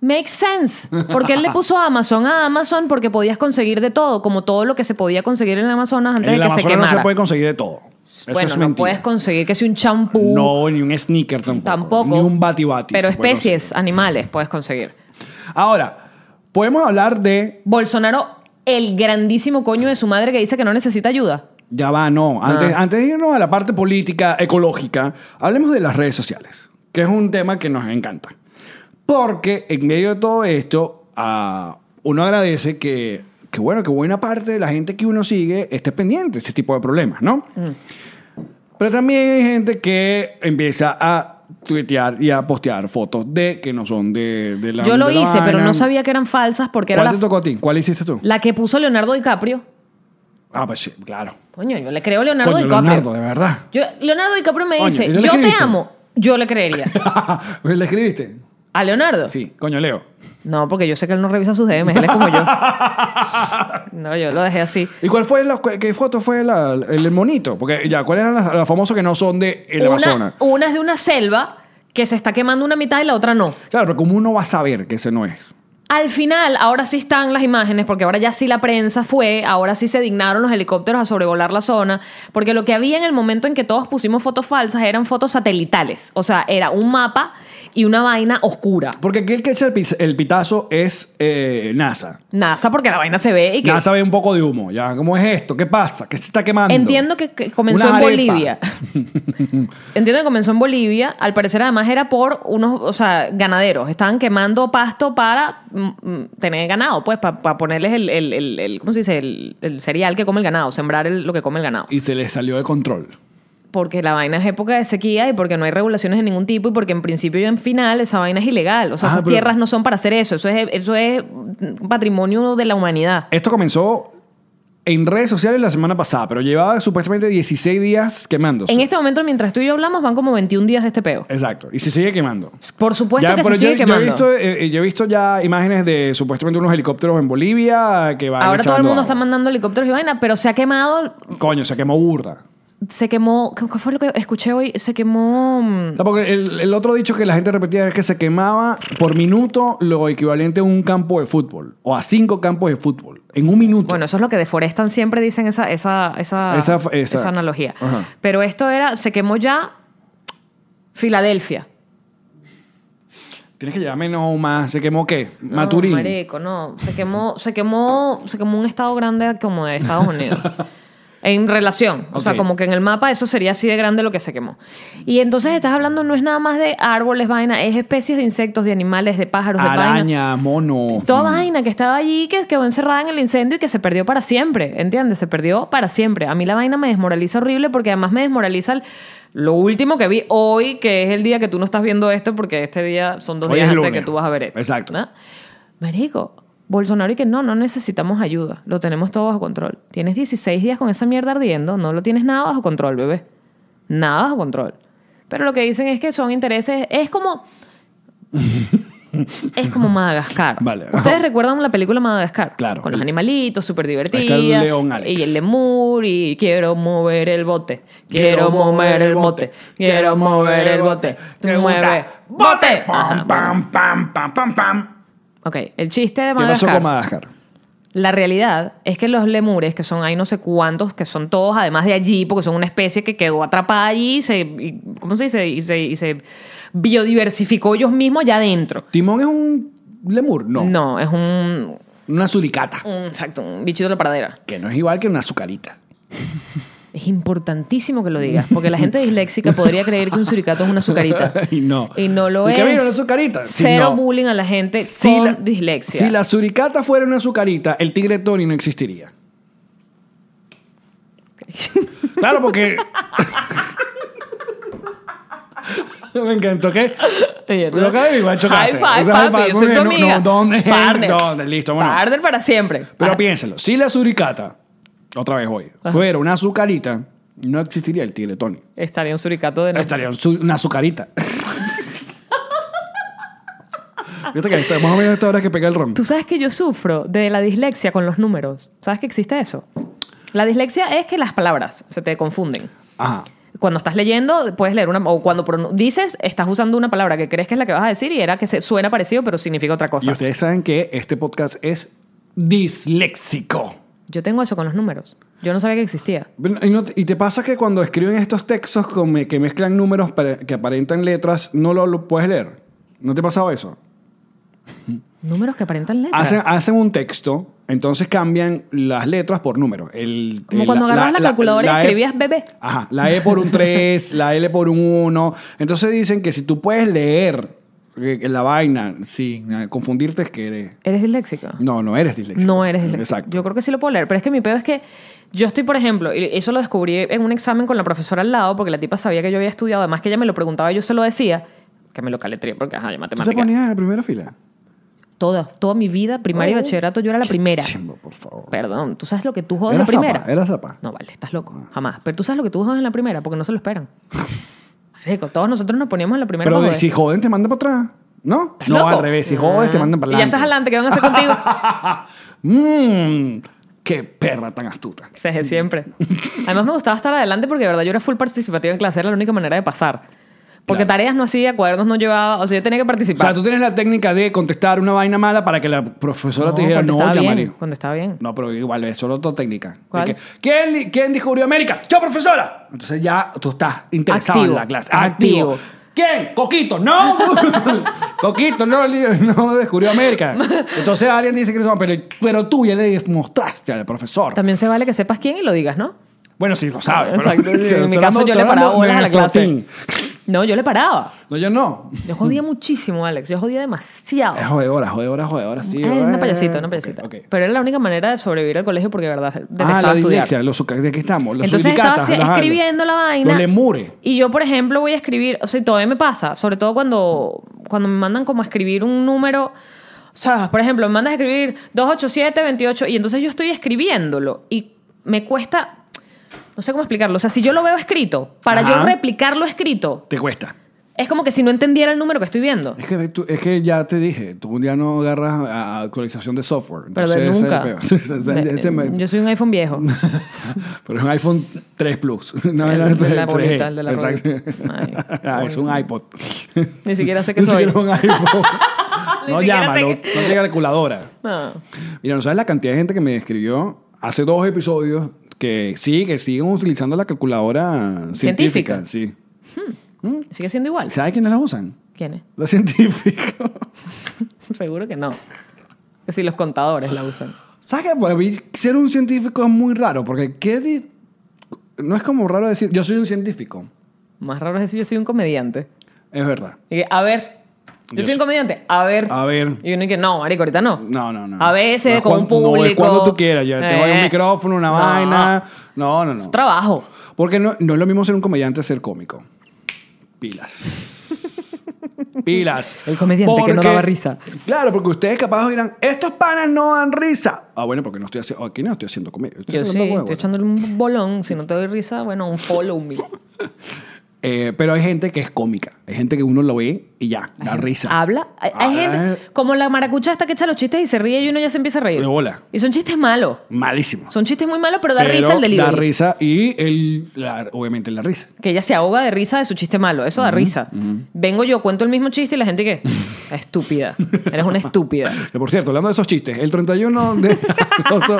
[SPEAKER 2] Makes sense. Porque él le puso Amazon a Amazon porque podías conseguir de todo, como todo lo que se podía conseguir en el Amazonas antes
[SPEAKER 1] En el
[SPEAKER 2] de que se
[SPEAKER 1] Amazonas no
[SPEAKER 2] quemara.
[SPEAKER 1] se puede conseguir de todo. Eso
[SPEAKER 2] bueno,
[SPEAKER 1] es
[SPEAKER 2] no
[SPEAKER 1] mentira.
[SPEAKER 2] puedes conseguir que si un champú,
[SPEAKER 1] No, ni un sneaker tampoco.
[SPEAKER 2] tampoco.
[SPEAKER 1] Ni un bati bati.
[SPEAKER 2] Pero
[SPEAKER 1] se puede
[SPEAKER 2] especies, animales puedes conseguir.
[SPEAKER 1] conseguir. Ahora, podemos hablar de
[SPEAKER 2] Bolsonaro, el grandísimo coño de su madre que dice que no necesita ayuda.
[SPEAKER 1] Ya va, no. Antes,
[SPEAKER 2] Ah.
[SPEAKER 1] antes de irnos a la parte política, ecológica, hablemos de las redes sociales, que es un tema que nos encanta. Porque en medio de todo esto, ah, uno agradece que, que, bueno, que buena parte de la gente que uno sigue esté pendiente de este tipo de problemas, ¿no?
[SPEAKER 2] Mm.
[SPEAKER 1] Pero también hay gente que empieza a tuitear y a postear fotos de que no son de, de la
[SPEAKER 2] Yo lo
[SPEAKER 1] de la
[SPEAKER 2] hice, pero
[SPEAKER 1] vaina.
[SPEAKER 2] no sabía que eran falsas porque era
[SPEAKER 1] ¿Cuál
[SPEAKER 2] la,
[SPEAKER 1] te tocó a ti? ¿Cuál hiciste tú?
[SPEAKER 2] la que puso Leonardo DiCaprio.
[SPEAKER 1] Ah, pues sí, claro.
[SPEAKER 2] Coño, yo le creo a Leonardo
[SPEAKER 1] Coño,
[SPEAKER 2] DiCaprio.
[SPEAKER 1] Leonardo, de verdad.
[SPEAKER 2] Yo, Leonardo DiCaprio me
[SPEAKER 1] Coño, ¿y
[SPEAKER 2] dice,
[SPEAKER 1] tú le
[SPEAKER 2] yo te
[SPEAKER 1] escribiste?
[SPEAKER 2] amo. Yo le creería.
[SPEAKER 1] ¿Le escribiste?
[SPEAKER 2] ¿A Leonardo?
[SPEAKER 1] Sí, coño, Leo.
[SPEAKER 2] No, porque yo sé que él no revisa sus DMs, él es como yo. No, yo lo dejé así.
[SPEAKER 1] ¿Y cuál fue la qué foto fue la- el, el monito? Porque ya, ¿cuáles eran las, las famosas que no son de el Amazonas?
[SPEAKER 2] Una, una es de una selva que se está quemando una mitad y la otra no.
[SPEAKER 1] Claro, pero como uno va a saber que ese no es.
[SPEAKER 2] Al final, ahora sí están las imágenes, porque ahora ya sí la prensa fue, ahora sí se dignaron los helicópteros a sobrevolar la zona, porque lo que había en el momento en que todos pusimos fotos falsas eran fotos satelitales, o sea, era un mapa y una vaina oscura.
[SPEAKER 1] Porque aquel que echa el, pis- el pitazo es eh, NASA.
[SPEAKER 2] NASA, porque la vaina se ve y que...
[SPEAKER 1] NASA ve un poco de humo. Ya, ¿cómo es esto? ¿Qué pasa? ¿Qué se está quemando?
[SPEAKER 2] Entiendo que, que comenzó
[SPEAKER 1] Una
[SPEAKER 2] en
[SPEAKER 1] arepa.
[SPEAKER 2] Bolivia. Entiendo que comenzó en Bolivia. Al parecer, además, era por unos, o sea, ganaderos. Estaban quemando pasto para mm, mm, tener ganado, pues, para ponerles el, el, el- el- ¿cómo se dice? El, el cereal que come el ganado, sembrar el- lo que come el ganado.
[SPEAKER 1] Y se le salió de control.
[SPEAKER 2] Porque la vaina es época de sequía y porque no hay regulaciones de ningún tipo y porque en principio y en final esa vaina es ilegal. O sea,
[SPEAKER 1] Ah,
[SPEAKER 2] esas
[SPEAKER 1] pero-
[SPEAKER 2] tierras no son para hacer eso. Eso es, eso es mm, patrimonio de la humanidad.
[SPEAKER 1] Esto comenzó en redes sociales la semana pasada, pero llevaba supuestamente 16 días quemándose.
[SPEAKER 2] En este momento, mientras tú y yo hablamos, van como 21 días de este peo.
[SPEAKER 1] Exacto. Y se sigue quemando.
[SPEAKER 2] Por supuesto
[SPEAKER 1] Ya,
[SPEAKER 2] que
[SPEAKER 1] pero
[SPEAKER 2] se
[SPEAKER 1] yo,
[SPEAKER 2] sigue
[SPEAKER 1] yo
[SPEAKER 2] quemando.
[SPEAKER 1] he visto, eh, yo he visto ya imágenes de supuestamente unos helicópteros en Bolivia que van
[SPEAKER 2] Ahora todo el
[SPEAKER 1] echando agua.
[SPEAKER 2] mundo está mandando helicópteros y vaina, pero se ha quemado,
[SPEAKER 1] Coño, se quemó burda.
[SPEAKER 2] se quemó, ¿qué qué fue lo que escuché hoy? Se quemó... mm,
[SPEAKER 1] O sea, porque el, el otro dicho que la gente repetía es que se quemaba por minuto lo equivalente a un campo de fútbol o a cinco campos de fútbol en un minuto.
[SPEAKER 2] Bueno, eso es lo que deforestan siempre, dicen esa, esa, esa,
[SPEAKER 1] Esa- esa.
[SPEAKER 2] esa analogía.
[SPEAKER 1] Ajá.
[SPEAKER 2] Pero esto era, se quemó ya Filadelfia.
[SPEAKER 1] Tienes que llevar menos o más. ¿Se quemó qué?
[SPEAKER 2] No,
[SPEAKER 1] Maturín.
[SPEAKER 2] marico, no. Se quemó, se quemó, se quemó un estado grande como de Estados Unidos. En relación, o sea,
[SPEAKER 1] Ok.
[SPEAKER 2] como que en el mapa eso sería así de grande lo que se quemó. Y entonces estás hablando no es nada más de árboles, vaina, es especies de insectos, de animales, de pájaros, de vaina.
[SPEAKER 1] Araña, mono.
[SPEAKER 2] Toda vaina que estaba allí, que quedó encerrada en el incendio y que se perdió para siempre, ¿entiendes? Se perdió para siempre. A mí la vaina me desmoraliza horrible porque además me desmoraliza el- lo último que vi hoy, que es el día que tú no estás viendo esto porque este día son dos
[SPEAKER 1] Hoy
[SPEAKER 2] días
[SPEAKER 1] es
[SPEAKER 2] antes
[SPEAKER 1] lunes.
[SPEAKER 2] que tú vas a ver esto.
[SPEAKER 1] Exacto.
[SPEAKER 2] ¿no? Marico, Bolsonaro y que no, no necesitamos ayuda, lo tenemos todo bajo control. Tienes 16 días con esa mierda ardiendo, no lo tienes nada bajo control, bebé. Nada bajo control. Pero lo que dicen es que son intereses, es como... Es como Madagascar.
[SPEAKER 1] Vale.
[SPEAKER 2] Ustedes recuerdan la película Madagascar.
[SPEAKER 1] Claro.
[SPEAKER 2] Con los animalitos, súper divertida.
[SPEAKER 1] Está el león Alex.
[SPEAKER 2] Y el lemur, y quiero mover el bote.
[SPEAKER 1] Quiero
[SPEAKER 2] Quiero mover el bote. Quiero mover el bote.
[SPEAKER 1] ¿Te
[SPEAKER 2] Tú mueve.
[SPEAKER 1] gusta?
[SPEAKER 2] ¡Bote! Ajá,
[SPEAKER 1] Pam, pam, pam, pam, pam, pam.
[SPEAKER 2] Ok, el chiste de
[SPEAKER 1] ¿Qué pasó
[SPEAKER 2] Madagascar.
[SPEAKER 1] con Madagascar?
[SPEAKER 2] La realidad es que los lemures, que son ahí no sé cuántos, que son todos además de allí, porque son una especie que quedó atrapada allí y se, y- ¿cómo se dice? Y se, y se biodiversificó ellos mismos allá adentro.
[SPEAKER 1] ¿Timón es un lemur? No.
[SPEAKER 2] No, es un,
[SPEAKER 1] Una suricata.
[SPEAKER 2] un- exacto, un bichito de la pradera.
[SPEAKER 1] Que no es igual que una azucarita.
[SPEAKER 2] Es importantísimo que lo digas, porque la gente disléxica podría creer que un suricato es una azucarita.
[SPEAKER 1] Y no.
[SPEAKER 2] Y no lo
[SPEAKER 1] ¿Y
[SPEAKER 2] es.
[SPEAKER 1] qué vino la azucarita? Si
[SPEAKER 2] Cero
[SPEAKER 1] no.
[SPEAKER 2] bullying a la gente con dislexia.
[SPEAKER 1] Si la suricata fuera una azucarita, el tigre Tony no existiría. Claro, porque. Me encantó que.
[SPEAKER 2] Ella,
[SPEAKER 1] Lo que hay, igual chocaste.
[SPEAKER 2] High five,
[SPEAKER 1] O sea, high
[SPEAKER 2] papi,
[SPEAKER 1] five,
[SPEAKER 2] yo soy tu
[SPEAKER 1] no, no,
[SPEAKER 2] amiga.
[SPEAKER 1] ¿dónde?
[SPEAKER 2] Partner.
[SPEAKER 1] ¿Dónde? Listo, bueno.
[SPEAKER 2] Partner para siempre.
[SPEAKER 1] Pero
[SPEAKER 2] Ah,
[SPEAKER 1] piénsalo, si la suricata, otra vez hoy, fuera una azucarita, no existiría el tigre Tony.
[SPEAKER 2] Estaría un suricato de nuevo.
[SPEAKER 1] Estaría un su- una azucarita. Viste que ahí está, más o menos a esta hora que pega el ron.
[SPEAKER 2] Tú sabes que yo sufro de la dislexia con los números. ¿Sabes que existe eso? La dislexia es que las palabras se te confunden.
[SPEAKER 1] Ajá.
[SPEAKER 2] Cuando estás leyendo, puedes leer una. O cuando pronun- dices, estás usando una palabra que crees que es la que vas a decir y era que se, suena parecido, pero significa otra
[SPEAKER 1] Y
[SPEAKER 2] cosa.
[SPEAKER 1] ustedes saben que este podcast es disléxico.
[SPEAKER 2] Yo tengo eso con los números. Yo no sabía que existía.
[SPEAKER 1] Bueno, Y, no te- y te pasa que cuando escriben estos textos con me- que mezclan números para- que aparentan letras, no lo, lo puedes leer. ¿No te ha pasado eso?
[SPEAKER 2] Números que aparentan letras.
[SPEAKER 1] Hacen, hacen un texto, entonces cambian las letras por números. El,
[SPEAKER 2] Como
[SPEAKER 1] el-
[SPEAKER 2] cuando agarrabas la, calculadora
[SPEAKER 1] eh, la
[SPEAKER 2] y
[SPEAKER 1] E-
[SPEAKER 2] escribías bebé.
[SPEAKER 1] Ajá, la E por un 3, la L por un 1. Entonces dicen que si tú puedes leer eh, la vaina sin eh, confundirte es que eres...
[SPEAKER 2] ¿Eres disléxico?
[SPEAKER 1] No, no eres disléxico.
[SPEAKER 2] No eres disléxico.
[SPEAKER 1] Exacto.
[SPEAKER 2] Yo creo que sí lo puedo leer, pero es que mi pedo es que yo estoy, por ejemplo, y eso lo descubrí en un examen con la profesora al lado, porque la tipa sabía que yo había estudiado, además que ella me lo preguntaba, yo se lo decía, que me lo caletré, porque ajá, yo
[SPEAKER 1] ¿Tú te
[SPEAKER 2] matemática.
[SPEAKER 1] ponías en la primera fila?
[SPEAKER 2] Toda, toda mi vida, primaria y
[SPEAKER 1] Oh,
[SPEAKER 2] bachillerato, yo era la primera.
[SPEAKER 1] Chimbo, por favor.
[SPEAKER 2] Perdón, ¿tú sabes lo que tú jodas
[SPEAKER 1] Era
[SPEAKER 2] la primera?
[SPEAKER 1] zapa, era zapa.
[SPEAKER 2] No, vale, estás loco, jamás. Pero tú sabes lo que tú jodas en la primera, porque no se lo esperan. Marico, todos nosotros nos poníamos en la primera
[SPEAKER 1] Pero
[SPEAKER 2] para
[SPEAKER 1] de-
[SPEAKER 2] joder.
[SPEAKER 1] si joden, te mandan para atrás. ¿No?
[SPEAKER 2] ¿Estás
[SPEAKER 1] No,
[SPEAKER 2] loco? Ah.
[SPEAKER 1] al revés. Si jodes, te mandan para
[SPEAKER 2] Y ya
[SPEAKER 1] adelante.
[SPEAKER 2] estás adelante, ¿qué van a hacer contigo?
[SPEAKER 1] Mmm, qué perra tan astuta.
[SPEAKER 2] Se hace siempre. Además me gustaba estar adelante porque de verdad yo era full participativa en clase, era la única manera de pasar. Porque
[SPEAKER 1] Claro.
[SPEAKER 2] tareas no hacía, cuadernos no llevaba, o sea, yo tenía que
[SPEAKER 1] O sea,
[SPEAKER 2] participar.
[SPEAKER 1] tú tienes la técnica de contestar una vaina mala para que la profesora
[SPEAKER 2] No,
[SPEAKER 1] te dijera,
[SPEAKER 2] cuando
[SPEAKER 1] no,
[SPEAKER 2] estaba
[SPEAKER 1] ya,
[SPEAKER 2] bien,
[SPEAKER 1] marico".
[SPEAKER 2] Cuando estaba bien.
[SPEAKER 1] No, pero igual, es solo otra técnica. De
[SPEAKER 2] ¿Cuál?
[SPEAKER 1] que, ¿quién, li- quién descubrió América? ¡Yo, profesora! Entonces ya tú estás interesado
[SPEAKER 2] Activo.
[SPEAKER 1] en la clase.
[SPEAKER 2] Activo.
[SPEAKER 1] ¿Quién? Coquito, no. Coquito, no, li- no descubrió América. Entonces alguien dice que no, pero, pero tú ya le mostraste al profesor.
[SPEAKER 2] También se vale que sepas quién y lo digas, ¿no?
[SPEAKER 1] Ah, Bueno, sí, lo sabe. pero-
[SPEAKER 2] Exacto. sí,
[SPEAKER 1] Estoy
[SPEAKER 2] en mi
[SPEAKER 1] hablando-
[SPEAKER 2] caso yo
[SPEAKER 1] estoy
[SPEAKER 2] le paraba
[SPEAKER 1] hablando
[SPEAKER 2] bolas a
[SPEAKER 1] de
[SPEAKER 2] la
[SPEAKER 1] nuestro
[SPEAKER 2] clase.
[SPEAKER 1] team.
[SPEAKER 2] No, yo le paraba.
[SPEAKER 1] No, yo no. Eh,
[SPEAKER 2] Yo jodía muchísimo, Alex. Yo jodía demasiado.
[SPEAKER 1] Es jodedora, jodedora, jodedora, sí.
[SPEAKER 2] Eh,
[SPEAKER 1] eh.
[SPEAKER 2] una payasita, una payasita.
[SPEAKER 1] Ok, ok.
[SPEAKER 2] Pero era la única manera de sobrevivir al colegio porque de verdad detestaba
[SPEAKER 1] Ah, la
[SPEAKER 2] estudiar.
[SPEAKER 1] dislexia, los suca- ¿de qué estamos? Los
[SPEAKER 2] Entonces estaba
[SPEAKER 1] suricatas,
[SPEAKER 2] así
[SPEAKER 1] las algas.
[SPEAKER 2] escribiendo la vaina.
[SPEAKER 1] Los lemures.
[SPEAKER 2] Y yo, por ejemplo, voy a escribir, o sea, todavía me pasa, sobre todo cuando, cuando me mandan como a escribir un número, o sea, por ejemplo, me mandas a escribir 287-28 y entonces yo estoy escribiéndolo y me cuesta, no sé cómo explicarlo, o sea, si yo lo veo escrito, para
[SPEAKER 1] Ajá.
[SPEAKER 2] yo replicarlo escrito,
[SPEAKER 1] Te cuesta.
[SPEAKER 2] es como que si no entendiera el número que estoy viendo.
[SPEAKER 1] Es que, tú- es que ya te dije, tú un día no agarras a- a actualización de software.
[SPEAKER 2] Pero de
[SPEAKER 1] entonces ese
[SPEAKER 2] nunca.
[SPEAKER 1] es el peor. Ese- ese me-
[SPEAKER 2] Yo soy un iPhone viejo.
[SPEAKER 1] Pero es un iPhone 3 Plus. No,
[SPEAKER 2] El
[SPEAKER 1] era
[SPEAKER 2] de la
[SPEAKER 1] 3G.
[SPEAKER 2] bolita, el de la
[SPEAKER 1] Exacto.
[SPEAKER 2] bolita. Ay,
[SPEAKER 1] Ah, es un
[SPEAKER 2] coño.
[SPEAKER 1] iPod.
[SPEAKER 2] Ni siquiera
[SPEAKER 1] Ni
[SPEAKER 2] sé qué soy.
[SPEAKER 1] siquiera un iPhone.
[SPEAKER 2] Ni
[SPEAKER 1] no
[SPEAKER 2] siquiera
[SPEAKER 1] llama,
[SPEAKER 2] sé
[SPEAKER 1] no,
[SPEAKER 2] qué-
[SPEAKER 1] no tiene calculadora.
[SPEAKER 2] No.
[SPEAKER 1] Mira, no sabes la cantidad de gente que me escribió hace dos episodios que sí, que siguen utilizando la calculadora científica.
[SPEAKER 2] Científica.
[SPEAKER 1] sí.
[SPEAKER 2] Sigue siendo igual.
[SPEAKER 1] ¿Sabes quiénes la usan?
[SPEAKER 2] ¿Quién es?
[SPEAKER 1] Los científicos.
[SPEAKER 2] Seguro que no. Que si los contadores la usan.
[SPEAKER 1] ¿Sabes que para mí ser un científico es muy raro? Porque ¿qué di- no es como raro decir yo soy un científico.
[SPEAKER 2] Más raro es decir, yo soy un comediante.
[SPEAKER 1] Es verdad.
[SPEAKER 2] Y que, a ver,
[SPEAKER 1] Yo
[SPEAKER 2] yo soy
[SPEAKER 1] soy-
[SPEAKER 2] un comediante. A ver.
[SPEAKER 1] A ver.
[SPEAKER 2] Y uno que no, marico, ahorita no.
[SPEAKER 1] No, no, no.
[SPEAKER 2] A veces,
[SPEAKER 1] No es
[SPEAKER 2] con un
[SPEAKER 1] cuan- No es
[SPEAKER 2] público.
[SPEAKER 1] cuando tú quieras. Yo tengo ahí un
[SPEAKER 2] Eh.
[SPEAKER 1] micrófono, una
[SPEAKER 2] No.
[SPEAKER 1] vaina. No, no, no.
[SPEAKER 2] Es trabajo.
[SPEAKER 1] Porque no, no es lo mismo ser un comediante que ser cómico. Pilas. Pilas.
[SPEAKER 2] El comediante que no daba risa.
[SPEAKER 1] Claro, porque ustedes capaz dirán, estos panas no dan risa. Ah, bueno, porque no estoy haciendo... Aquí no estoy haciendo comedia. estoy
[SPEAKER 2] Yo sí,
[SPEAKER 1] haciendo huevo.
[SPEAKER 2] estoy echándole un bolón. Si no te doy risa, bueno, un follow me.
[SPEAKER 1] Eh, pero hay gente que es cómica. Hay gente que uno lo ve y ya, da risa.
[SPEAKER 2] Habla. Hay, hay
[SPEAKER 1] Ah,
[SPEAKER 2] gente, como la maracucha hasta que echa los chistes y se ríe y uno ya se empieza a reír.
[SPEAKER 1] De bola.
[SPEAKER 2] Y son chistes malos.
[SPEAKER 1] Malísimo.
[SPEAKER 2] Son chistes muy malos, pero da
[SPEAKER 1] Pero
[SPEAKER 2] risa el
[SPEAKER 1] Da
[SPEAKER 2] delivery.
[SPEAKER 1] risa y el, la- obviamente la risa.
[SPEAKER 2] Que ella se ahoga de risa de su chiste malo. Eso da risa. Vengo yo, cuento el mismo chiste y la gente que. Estúpida. Eres una estúpida.
[SPEAKER 1] Que, por cierto, hablando de esos chistes, el 31 de agosto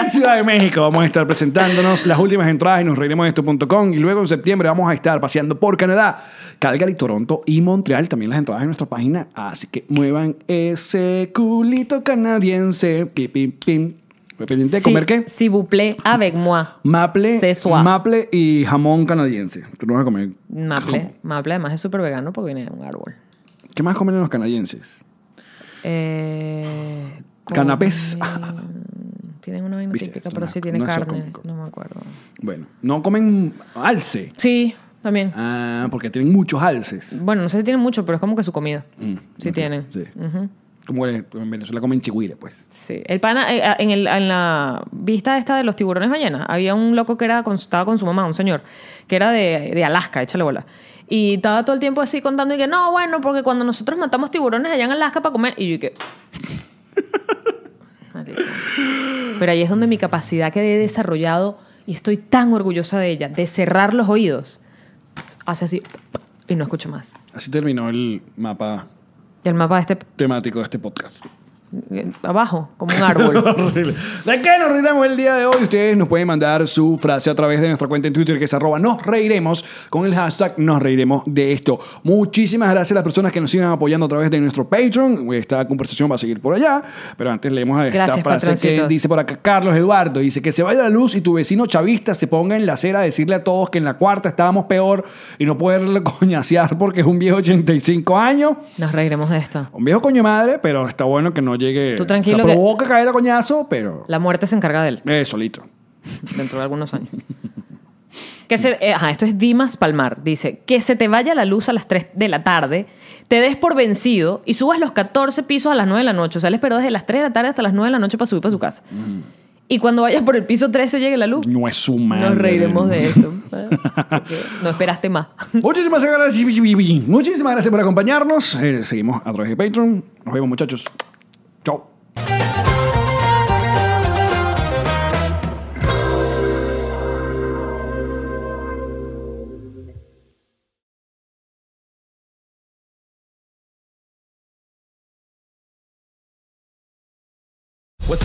[SPEAKER 1] en Ciudad de México vamos a estar presentándonos las últimas entradas y nos reiremos de esto.com y luego en septiembre vamos a estar paseando por Canadá, Calgary, Toronto y Montreal, también las entradas en nuestra página, así que muevan ese culito canadiense. Pi, pim, pim. Pendiente de
[SPEAKER 2] Si-
[SPEAKER 1] comer qué?
[SPEAKER 2] Si buple avec moi.
[SPEAKER 1] Maple,
[SPEAKER 2] C'est soir.
[SPEAKER 1] maple y jamón canadiense. Tú no vas a comer.
[SPEAKER 2] Maple. Maple además es súper vegano porque viene de un árbol.
[SPEAKER 1] ¿Qué más comen los canadienses?
[SPEAKER 2] Eh, con-
[SPEAKER 1] Canapés.
[SPEAKER 2] Tienen una vaina
[SPEAKER 1] Viste,
[SPEAKER 2] típica,
[SPEAKER 1] esto
[SPEAKER 2] pero
[SPEAKER 1] no es-
[SPEAKER 2] sí tiene
[SPEAKER 1] no es
[SPEAKER 2] carne.
[SPEAKER 1] cómico.
[SPEAKER 2] No me acuerdo.
[SPEAKER 1] Bueno, no comen alce.
[SPEAKER 2] Sí, también.
[SPEAKER 1] Ah, porque tienen muchos alces.
[SPEAKER 2] Bueno, no sé si tienen mucho, pero es como que su comida.
[SPEAKER 1] Mm,
[SPEAKER 2] sí
[SPEAKER 1] ok,
[SPEAKER 2] tienen.
[SPEAKER 1] sí.
[SPEAKER 2] Ujú.
[SPEAKER 1] Como en en Venezuela comen chigüire, pues.
[SPEAKER 2] Sí. El pana, eh, en, el- en la vista esta de los tiburones ballena, había un loco que era con, estaba con su mamá, un señor, que era de, de Alaska, échale bola. Y estaba todo el tiempo así contando y que, no, bueno, porque cuando nosotros matamos tiburones allá en Alaska para comer, y yo y que... Marico. Pero ahí es donde mi capacidad que he desarrollado, y estoy tan orgullosa de ella, de cerrar los oídos, hace así y no escucho más.
[SPEAKER 1] Así terminó el mapa
[SPEAKER 2] Y el mapa este
[SPEAKER 1] temático de este podcast.
[SPEAKER 2] eh, abajo, como un árbol.
[SPEAKER 1] Horrible. ¿De qué nos reiremos el día de hoy? Ustedes nos pueden mandar su frase a través de nuestra cuenta en Twitter que es arroba nos reiremos con el hashtag nos reiremos de esto. Muchísimas gracias a las personas que nos sigan apoyando a través de nuestro Patreon. Esta conversación va a seguir por allá, pero antes leemos esta
[SPEAKER 2] Gracias,
[SPEAKER 1] frase que
[SPEAKER 2] patroncitos.
[SPEAKER 1] dice por acá Carlos Eduardo. Dice que se vaya la luz y tu vecino chavista se ponga en la acera a decirle a todos que en la cuarta estábamos peor y no poderle coñasear porque es un viejo 85 años.
[SPEAKER 2] Nos reiremos de esto.
[SPEAKER 1] Un viejo coño de madre, pero está bueno que no llegue.
[SPEAKER 2] Tú tranquilo
[SPEAKER 1] O sea,
[SPEAKER 2] que-
[SPEAKER 1] provoca caer a coñazo, pero.
[SPEAKER 2] La muerte se encarga de él
[SPEAKER 1] Eh, solito.
[SPEAKER 2] dentro de algunos años. Que se, eh, ajá, esto es Dimas Palmar. Dice, que se te vaya la luz a las 3 de la tarde, te des por vencido y subas los 14 pisos a las 9 de la noche. O sea, él esperó desde las 3 de la tarde hasta las 9 de la noche para subir para su casa. Y cuando vayas por el piso 13 llegue la luz,
[SPEAKER 1] Mm. No es su madre.
[SPEAKER 2] nos reiremos de esto. ¿eh? Porque no esperaste más.
[SPEAKER 1] Muchísimas gracias. Muchísimas gracias por acompañarnos. Eh, seguimos a través de Patreon. Nos vemos, muchachos. Chao.
[SPEAKER 3] What's